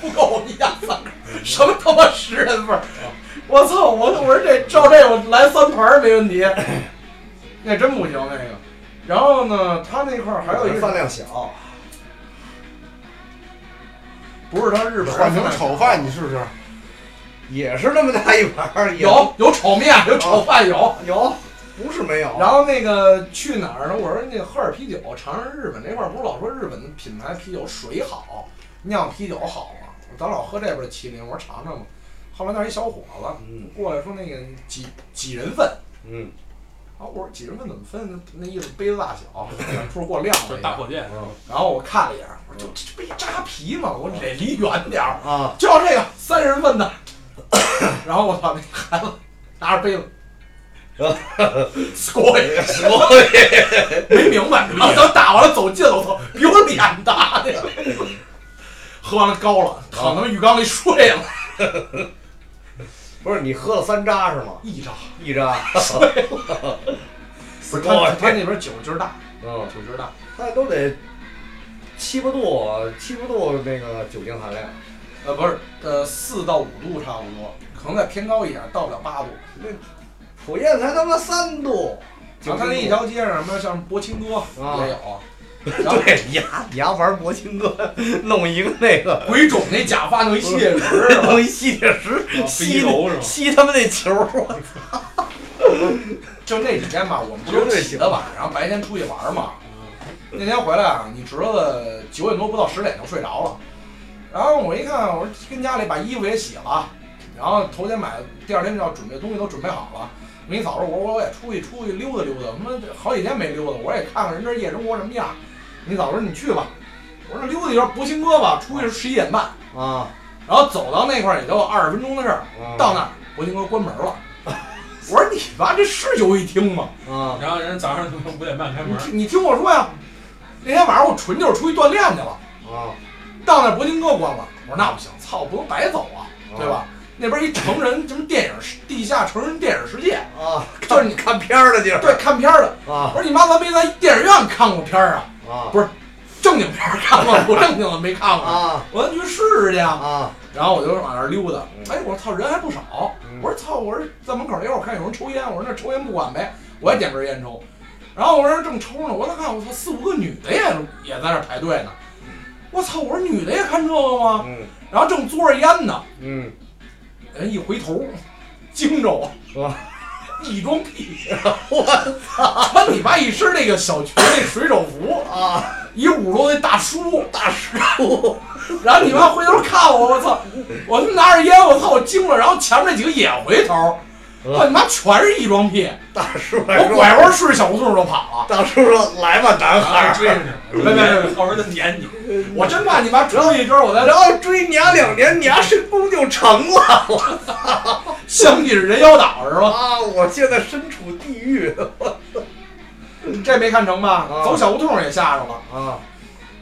C: 不够你家三个人，什么他妈十人份儿？我操！我我说这照这我来三盘儿没问 题，那真不行那个。然后呢，他那块儿还有一
G: 饭
C: 个，
G: 量小，
C: 不是他日本人
D: 换成炒饭，你试试。
G: 也是那么大一盘儿。也
C: 有有炒面，有炒饭有。
G: 有，不是没有。
C: 然后那个去哪儿呢？我说那喝点啤酒，尝尝日本那块儿，不是老说日本的品牌啤酒水好，酿啤酒好吗？咱老喝这边的麒麟，我说尝尝吧。后来那儿一小伙子
A: 嗯
C: 过来说那个几几人份，
A: 嗯
C: 啊，我说几人份怎么分？那那意思杯子大小，不是给我晾
F: 就
C: 了
F: 是
C: 一
F: 大
C: 下。
F: 火箭。
C: 然后我看了一眼，我说这这不一扎皮吗？我得离远点儿，
A: 啊，
C: 就要这个三十人份的。 然后我操，那孩子拿着杯子。 过去， 没明白，然后等打完了走近了，我操，比我脸大那个。喝完了高了，躺他妈浴缸里睡了，
A: 不是你喝了三扎是吗？
C: 一扎。
A: 一扎，
C: 他
A: 死过
C: 他那边酒劲儿大，
A: 嗯，
C: 酒劲儿大。
A: 那都得七八度，七八度那个酒精含量，
C: 呃，不是，呃，四到五度差不多，可能再偏高一点，到不了八度。
G: 普遍才他妈三度，啊
C: 然后他那一条街上什么像博清哥也 有，然后
A: 对，你丫你丫玩博清哥，弄一个那个，
C: 鬼冢那假发 弄一吸铁石，
A: 弄一吸铁石，
F: 飞
A: 吸
F: 球是吗
A: 吸他们那球，
C: 就那几天吧，我们不是起的晚，然后白天出去玩嘛。那天回来啊，你侄子九点多不到十点就睡着了，然后我一看，我说跟家里把衣服也洗了，然后头天买，第二天要准备东西都准备好了。我跟你嫂说，我说我也出去出去溜达溜达，他妈好几天没溜达，我说也看看人这夜生活什么样。你嫂说你去吧，我说溜达一圈博兴哥吧，出去是十一点半，
A: 啊
C: 然后走到那块儿也就二十分钟的事儿，
A: 啊
C: 到那儿博兴哥关门了。 我说你妈这是游戏厅吗？
A: 啊
F: 然后人早上他妈五点半开
C: 你
F: 门，
C: 听你听我说呀，那天晚上我纯就是出去锻炼去了，
A: 啊
C: 到那铂金哥关了。我说那不行，操，我不能白走啊，对吧？那边一成人什么电影世地下成人电影世界，
A: 啊，
C: 就是你
A: 看片儿的地儿，
C: 对看片儿的。我
A: 啊
C: 说你妈，咱没在电影院看过片儿啊？
A: 啊
C: 不是正经片儿看过，不正经的没看过。
A: 啊
C: 我咱去试试去啊。
A: 啊
C: 然后我就往那儿溜达，
A: 嗯
C: 哎，我说操，人还不少。我说操，我说在门口那会儿我看有人抽烟，我说那抽烟不管呗。我也点根烟抽。然后我这正抽着呢，我再看，我操，四五个女的也也在那儿排队呢。我操，我说女的也看这个吗？
G: 嗯
C: 然后正嘬着烟呢，
G: 嗯，
C: 人一回头，惊着我，
G: 哇
C: 一装屁！ 我操！穿你妈一身那个小裙那水手服
G: 啊，
C: 一五十多岁大叔，大叔，然后你妈回头看我，我 操！我他妈拿着烟，我操，我惊了。然后前面那几个也回头，我他妈全是异装癖，
G: 大叔
C: 我
G: 还说，
C: 拐弯顺着小胡同就跑了。
G: 大叔说来吧，男
C: 哎
G: 孩
F: 追
G: 儿，
F: 上去了，别别别，后边再撵你。
C: 我真怕你妈追一针，我再
G: 然后追你俩两年，你俩神功就成了。
C: 相继是人妖岛是吧？
G: 啊，我现在身处地狱
C: 这没看成吧？走小胡同也吓着了。
G: 啊，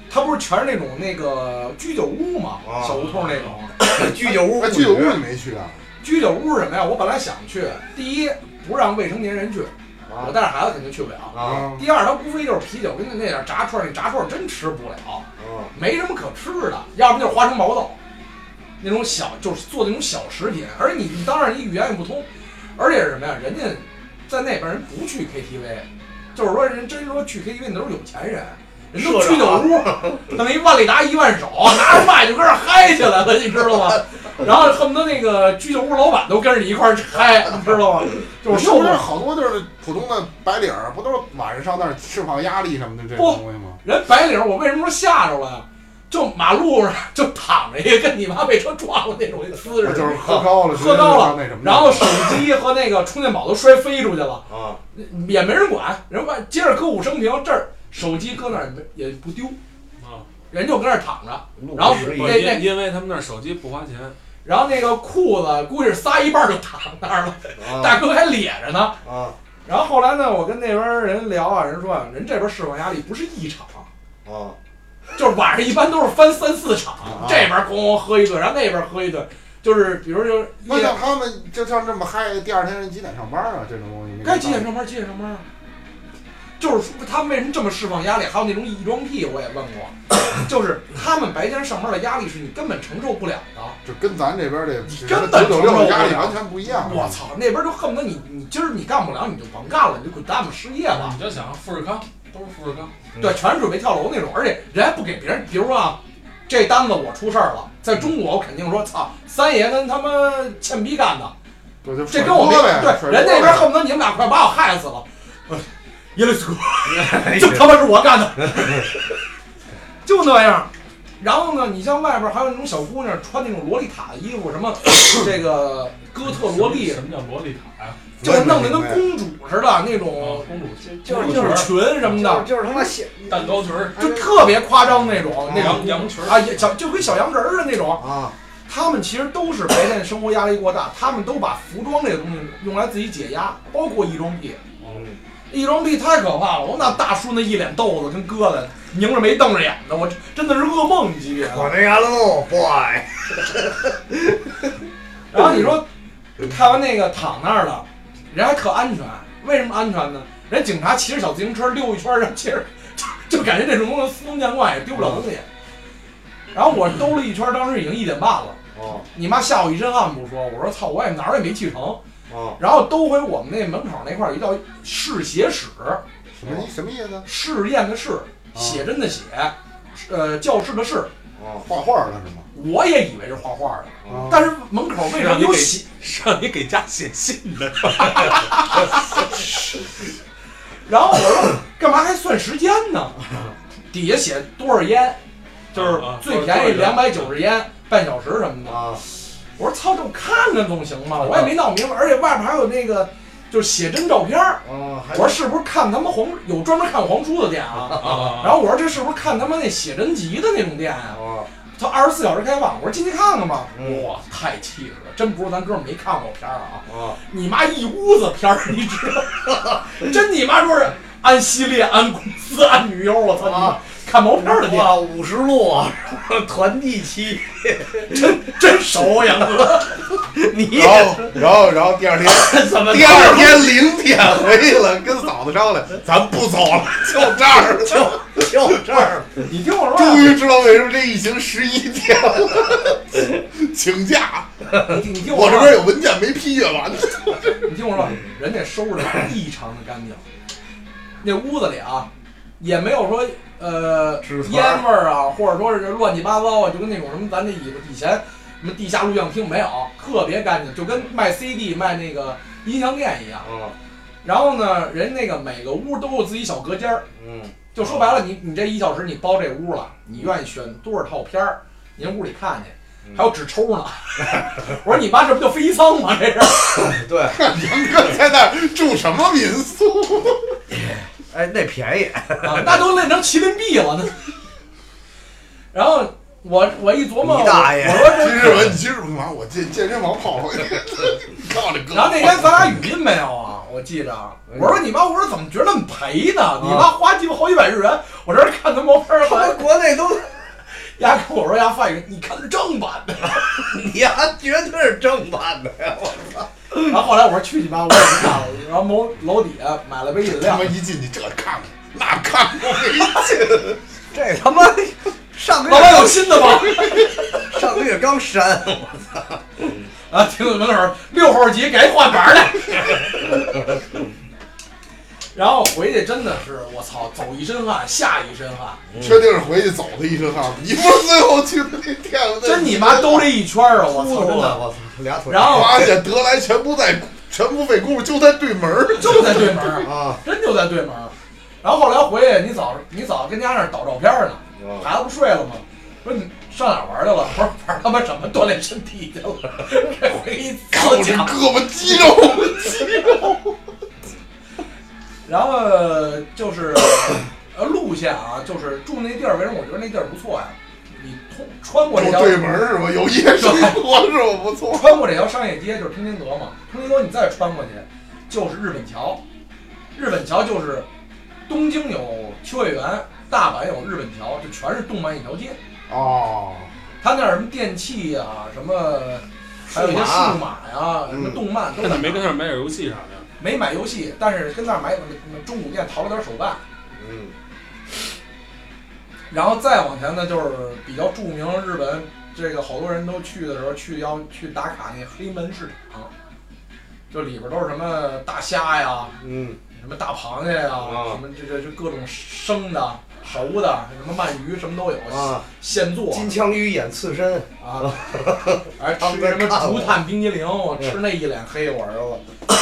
C: 它不是全是那种那个居酒屋吗？
G: 啊
C: 小胡同那种
G: 居酒屋，
D: 哎，居酒屋你没去啊？
C: 居酒屋是什么呀？我本来想去，第一不让未成年人去，
G: 啊
C: 我带着孩子肯定去不了。
G: 啊
C: 第二，它无非就是啤酒跟那点炸串，那炸串真吃不了，
G: 啊
C: 没什么可吃的，要不就是花生毛豆，那种小就是做那种小食品。而你你当然你语言也不通，而且是什么呀？人家在那边人不去 KTV，就是说人真说去 KTV 那都是有钱人，人都居酒屋，弄一万里达一万手，拿着麦就跟那儿嗨起来了，你知道吗？然后恨不得那个居酒屋老板都跟着你一块儿嗨，你知道吗？就是
D: 是
C: 受
D: 不
C: 不
D: 是
C: 了。
D: 好多就是普通的白领儿，不都是晚上上那儿释放压力什么的这
C: 不
D: 种东西吗？
C: 人白领，我为什么说吓着了呀？就马路上就躺着一个跟你妈被车撞了那种姿势，
D: 啊就是喝高了，
C: 喝
D: 直接
C: 高
D: 就上那什
C: 了
D: 么，
C: 然后手机和那个充电宝都摔飞出去了，
G: 啊，
C: 也没人管。人把接着歌舞升平，这儿手机搁那儿也没也不丢，
B: 啊，
C: 人就搁那儿躺着。
G: 路
C: 然后
G: 十
B: 不
G: 一
C: 那那
B: 因因为他们那儿手机不花钱，
C: 然后那个裤子估计是撒一半就躺那儿了，
D: 啊
C: 大哥还咧着呢。
G: 啊
C: 然后后来呢，我跟那边人聊啊，人说啊，人这边释放压力不是一场，
G: 啊
C: 就是晚上一般都是翻三四场，这边咣咣喝一顿，然后那边喝一顿，就是比如就是
D: 那
C: 一
D: 像他们就像这么嗨，第二天人几点上班啊？这种东西没
C: 该几点上班几点上班啊。就是说他们为什么这么释放压力，还有那种异装癖，我也问过，就是他们白天上班的压力是你根本承受不了的。
D: 就跟咱这边的
C: 你根本
D: 九九六
C: 承受不了
D: 的压力完全不一样。啊
C: 我！操，那边就恨不得你你今儿你干不了你就甭干了，你就滚蛋吧，失业吧。
B: 你就想富士康都是富士康，
C: 对，全是准备跳楼那种，而且人还不给别人，比如说啊，这单子我出事儿了，在中国我肯定说操，三爷跟他们欠逼干的，
D: 我就
C: 这跟我没
D: 甩锅呗甩锅
C: 对，人那
D: 呗
C: 边恨不得你们俩快把我害死了，耶律楚，就他妈是我干的，就那样。然后呢，你像外边还有那种小姑娘穿那种洛丽塔的衣服，什么这个哥特萝莉，
B: 什么叫萝莉塔呀？
C: 就弄得跟公主似的那
B: 啊
C: 种，
B: 公主裙，
G: 哦就是
C: 公
G: 就
C: 主
G: 是
C: 裙什么的，
G: 就是他妈写
B: 蛋糕裙儿，
C: 就特别夸张那种那种
B: 嗯羊。羊裙儿，
C: 啊，也小就跟小洋人儿的那种，
G: 啊
C: 他们其实都是白天生活压力过大，他们都把服装这个东西用来自己解压，包括易装癖。
G: 嗯
C: 易装癖太可怕了，我那大叔那一脸痘子跟疙瘩，拧着眉瞪着眼的，我真的是噩梦级别的。
G: 我那个路 boy
C: 然后你说看完那个躺那儿了，人还特安全，为什么安全呢？人警察骑着小自行车溜一圈儿，然后接着就就感觉这种东西司空见惯，也丢不了东西。然后我兜了一圈儿，当时已经一点半了。
G: 哦
C: 你妈吓我一身汗不说，我说操，我也哪儿也没去成。
G: 哦
C: 然后兜回我们那门口那块儿，一叫试鞋室，
D: 什么意什么意思？
C: 试验的
B: 啊
C: 试，写真的写，呃，教室的室。
G: 哦
D: 画画的是吗？啊
C: 我也以为是画画的，
B: 啊
G: 哦，
C: 嗯但是门口为什么有写？
F: 上你给家写信呢，
C: 然后我说 干嘛还算时间呢？底下写多少烟，就是
B: 啊
C: 最便宜
B: 多少
C: 两
B: 烟
C: 百九十烟，半小时什么的。
G: 啊
C: 我说操，这我看看总行吗？
B: 啊
C: 我也没闹明白，而且外面还有那个就是写真照片儿。
G: 哦，还
C: 我说是不是看他们黄有专门看黄书的店啊？
B: 啊，
C: 然后我说这是不是看他妈那写真集的那种店啊？
G: 哦
C: 他二十四小时开放，我说进去看看吧。
G: 嗯
C: 哇，太气质了，真不是咱哥们儿没看过片儿啊！
G: 哦
C: 你妈一屋子片儿， 你知道吗？真你妈说是按系列、按公司、按女优，我操你妈！看毛片儿的店
G: 啊哇五十路啊，团地期，
C: 真熟，杨哥。
G: 你
D: 然后然后然后第二天
G: 怎么
D: 第二天零点回去了，跟嫂子商量，咱不走了，就这儿了。
G: 就就这儿
C: 你听我说
D: 终
C: 啊，
D: 于知道为什么这疫情十一天了，请假，
C: 你听
D: 我
C: 我
D: 这
C: 说
D: 边
C: 啊，
D: 有文件没批阅完呢。
C: 你听我说，人家收拾的异常的干净，那屋子里啊，也没有说呃
D: 纸团
C: 烟味儿啊，或者说是乱七八糟啊，就跟那种什么咱这以以前什么地下录像厅没有，特别干净，就跟卖 CD 卖那个音像店一样。
A: 嗯
C: 然后呢，人那个每个屋都有自己小隔间儿，
A: 嗯
C: 就说白了，你你这一小时你包这屋了，你愿意选多少套片儿，您屋里看去。还有纸抽呢， 我说你妈这不就飞机舱吗？这是。
A: 对，
D: 杨哥在那儿住什么民宿？
A: 哎，那便宜，
C: 啊，那都累成麒麟臂了那。然后我我一琢磨，
A: 你大爷
C: 我说
D: 金 日文，金日文完，我健健身房泡泡， 靠这哥。
C: 然后那天咱俩语音没有啊？我记着啊，
D: 哎
C: 我说你妈，我说怎么觉得那么赔呢？你妈花鸡巴好几百日元，我这看他毛片儿，后来
G: 们国内都
C: 丫跟我说丫发语，你看是正版的。
G: 你呀，绝对是正版的呀！我
C: 然后后来我说去你妈，我也不看了。然后某楼底下买了杯饮
D: 他
C: 料
D: 妈，一进去这看过，那看过没劲。
G: 这他妈上个
C: 老板有
G: 月
C: 新的吗？
G: 上个月刚删，
C: 啊，停在门口，六号级该换板了。 然后回去真的是我操，走一身汗，下一身汗，
D: 确定是回去走的一身汗。你不是最后去的那店吗？
C: 真你妈兜这一圈儿啊！我操，真的。
A: 我操，俩腿
C: 然后
D: 发现德莱全不在，全不费功夫，就在对门儿。
C: 就在对门儿，
A: 啊，
C: 真就在对门儿。然后后来回去，你早你早跟家那儿导照片儿呢，
A: 嗯
C: 孩子不睡了吗？说你上哪儿玩儿去了？我说玩儿他妈什么锻炼身体去了？ 这回一
D: 看我
C: 早
D: 这
C: 讲。
D: 胳膊肌肉，
C: 然后就是呃路线啊，就是住那地儿，为什么我觉得那地儿不错呀？你通穿过这
D: 就
C: 条
D: 对门儿是吧？有夜生活是吧？不错。
C: 穿过这条商业街就是通天阁嘛，通天阁你再穿过去就是日本桥，日本桥就是东京有秋叶原，大阪有日本桥，就全是动漫一条街。
D: 哦，
C: 它那儿什么电器啊，什么还有一些数码呀、什么动漫都
B: 那
C: 在
B: 你没
C: 那
B: 跟
C: 儿
B: 那儿买点游戏啥的呀？
C: 没买游戏，但是跟那儿买中古店淘了点手办。
A: 嗯，
C: 然后再往前呢，就是比较著名日本这个好多人都去的时候去要去打卡那黑门市场，就里边都是什么大虾呀，
A: 嗯，
C: 什么大螃蟹呀，
A: 啊
C: 什么这这这各种生的、熟的，什么鳗鱼什么都有，
A: 啊
C: 现做
G: 金枪鱼演刺身，
C: 啊，还
G: 他
C: 吃
G: 们
C: 什
G: 在
C: 么
G: 看我嗯
C: 竹炭冰激凌，我吃那一脸黑，我儿子。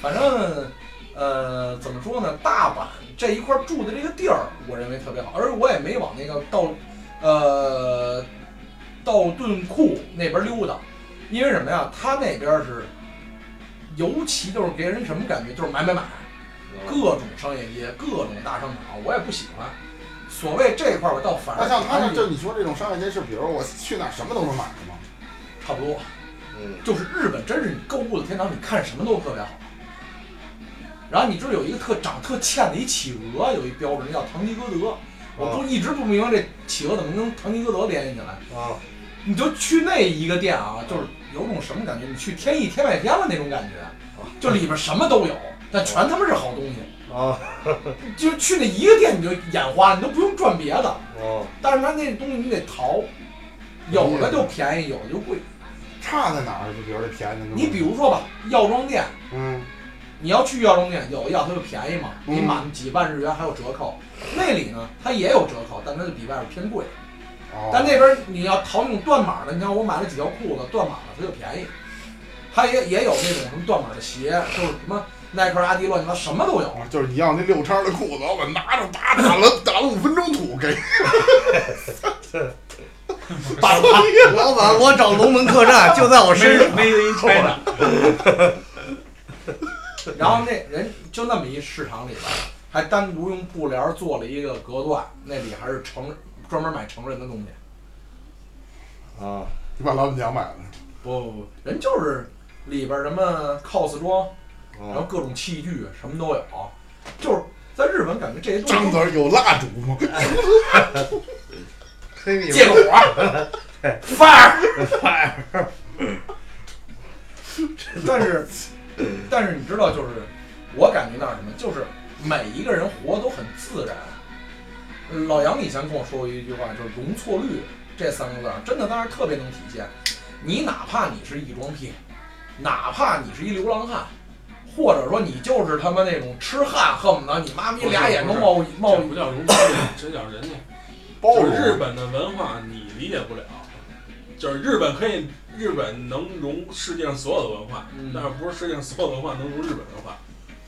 C: 反正，呃，怎么说呢？大阪这一块住的这个地儿，我认为特别好，而我也没往那个道，呃，道顿库那边溜达，因为什么呀？他那边是，尤其就是给人什么感觉？就是买买买，各种商业街，各种大商场，我也不喜欢。所谓这块儿，我倒反而
D: 那像他
C: 安
D: 那
C: 利
D: 就你说这种商业街是，比如我去哪儿什么都能买是吗？
C: 差不多。
A: 嗯，
C: 就是日本真是你购物的天堂，你看什么都特别好。然后你知道有一个特长特欠的一企鹅，有一标志，那叫唐吉诃德。我不一直不明白这企鹅怎么跟唐吉诃德联系起来。
A: 啊，
C: 你就去那一个店啊，就是有种什么感觉？你去天意天外天了那种感觉，就里边什么都有，但全他妈是好东西。
G: 哦
A: 啊，
C: 就去那一个店你就眼花，你都不用转别的。
A: 哦，
C: 但是它那东西你得淘，有的就便宜，有的就贵。
D: 差在哪儿？啊就比如这便宜的那种，
C: 你比如说吧，药妆店。
D: 嗯，
C: 你要去药妆店，有药它就便宜嘛，
D: 嗯
C: 你满几万日元还有折扣。那里呢，它也有折扣，但它就比外边偏贵。
D: 哦，
C: 但那边你要淘那种断码的，你像我买了几条裤子，断码的它就便宜。它也也有那种什么断码的鞋，就是什么耐克、阿迪乱七八糟，什么都有。
D: 哦就是你要那六叉的裤子，我拿着打打了打了五分钟土给你，
G: 爸爸，老板，我找龙门客栈，就在我身上。
F: 没没拆呢，
C: 然后那人就那么一市场里边，还单独用布帘做了一个隔断，那里还是成专门买成人的东西。
A: 啊，
D: 你把老板娘买了。
C: 不不不，人就是里边儿什么 cos 装，
A: 哦
C: 然后各种器具什么都有，就是在日本感觉这些东
D: 张
C: 西
D: 嘴有蜡烛吗？
A: 黑
C: 借
A: 米
C: 火 儿 fire，但是但是你知道，就是我感觉到什么，就是每一个人活得都很自然。老杨以前跟我说过一句话，就是“容错率”这三个字儿，真的当时特别能体现。你哪怕你是异装癖，哪怕你是一流浪汉，或者说你就是他妈那种痴汉，恨不得你妈咪俩眼中冒冒
B: 这不叫融合，这叫人家
D: 包
C: 哦
B: 就
D: 容啊
B: 是日本的文化你理解不了，就是日本可以，日本能融世界上所有的文化，
C: 嗯
B: 但是不是世界上所有文化能融日本文化？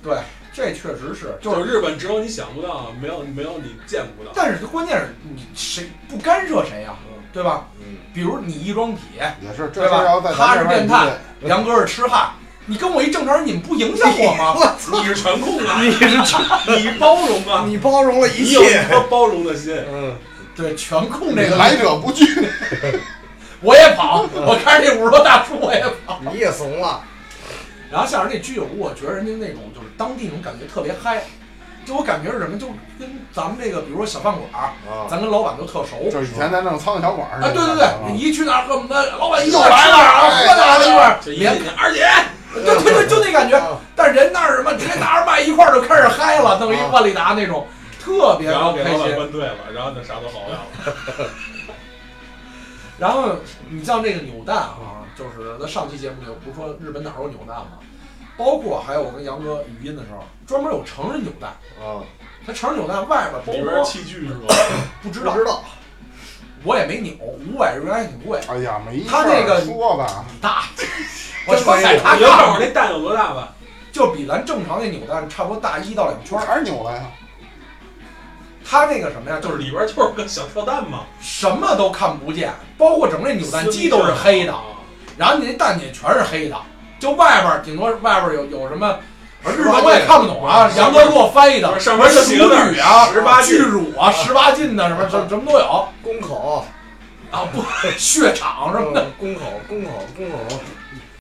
C: 对，这确实是，就，
B: 就是是日本只有你想不到，没有没有你见不到。
C: 但是关键是你谁不干涉谁呀、对吧？
D: 嗯
C: 比如你一装体，
D: 也是，这
C: 对
D: 事儿要
C: 吧
D: 在？
C: 他是
D: 咱这边
C: 变
D: 儿
C: 态，杨哥是痴汉，你跟我一正常人，你们不影响我 吗？
B: 你是传控 啊，
G: 你是
B: 你包容啊，
G: 你包容了一
B: 你有一
G: 切，
B: 颗包容的心。
G: 嗯，
C: 对，全控这
D: 你嗯
C: 个，
D: 来者不 拒，
C: 我也跑，我看着这五十多大叔我也跑。
G: 你也怂了，
C: 然后像是那居酒屋，我觉得人家那种就是当地那种感觉特别嗨，就我感觉是什么，就跟咱们这个比如说小饭馆儿，
D: 啊
C: 咱跟老板都特熟。
D: 就是以前咱那种苍蝇小馆儿似的
C: 啊，对对对，你一去那儿恨不得老板一
D: 又
C: 块儿
D: 来
C: 吃
D: 了
C: 点儿啊，
D: 哎
C: 喝点儿一块儿，
B: 这一
C: 连
B: 进去，二姐，
C: 对对对，就那感觉。
G: 啊
C: 但人那儿什么直接拿着麦一块儿就开始嗨了，弄一
G: 啊
C: 万利达那种，特别
B: 然后给
C: 开
B: 老板
C: 心。
B: 灌醉了，然后就啥都好不了了。
C: 然后你像这个扭蛋啊，就是咱上期节目里不是说日本哪儿有扭蛋吗？包括还有我跟杨哥语音的时候，专门有成人扭蛋，
G: 啊，
C: 它成人扭蛋外边
B: 里
C: 包
B: 边
C: 包
B: 器具是吧？
C: 不知
G: 不
C: 道，
G: 知道，
C: 我也没扭，五百日元还挺贵，
D: 哎呀，没事
C: 他那个
D: 儿说吧，
C: 很大。我说
G: 没
C: 在
G: 有
C: 他
B: 你要看
C: 大
B: 我这蛋有多大吧？
C: 就比咱正常那扭蛋差不多大一到两圈儿。
D: 还是扭来呀，
C: 它那个什么呀，就
B: 就是
C: 是
B: 里边就是个小跳蛋嘛，
C: 什么都看不见，包括整个那扭蛋机都是黑的，啊然后你那蛋也全是黑的，就外边儿顶多外边儿有有什么。而日文我也看不懂啊，杨哥给我翻译的，
B: 嗯上面就
C: 俗
B: 几个字儿
C: 语啊，
B: 18
C: 巨
B: 禁
C: 乳啊，十八禁的什么什么什么都有
G: 宫口，
C: 啊，不，血场什么的，
B: 嗯
G: 嗯宫口，宫口，宫口，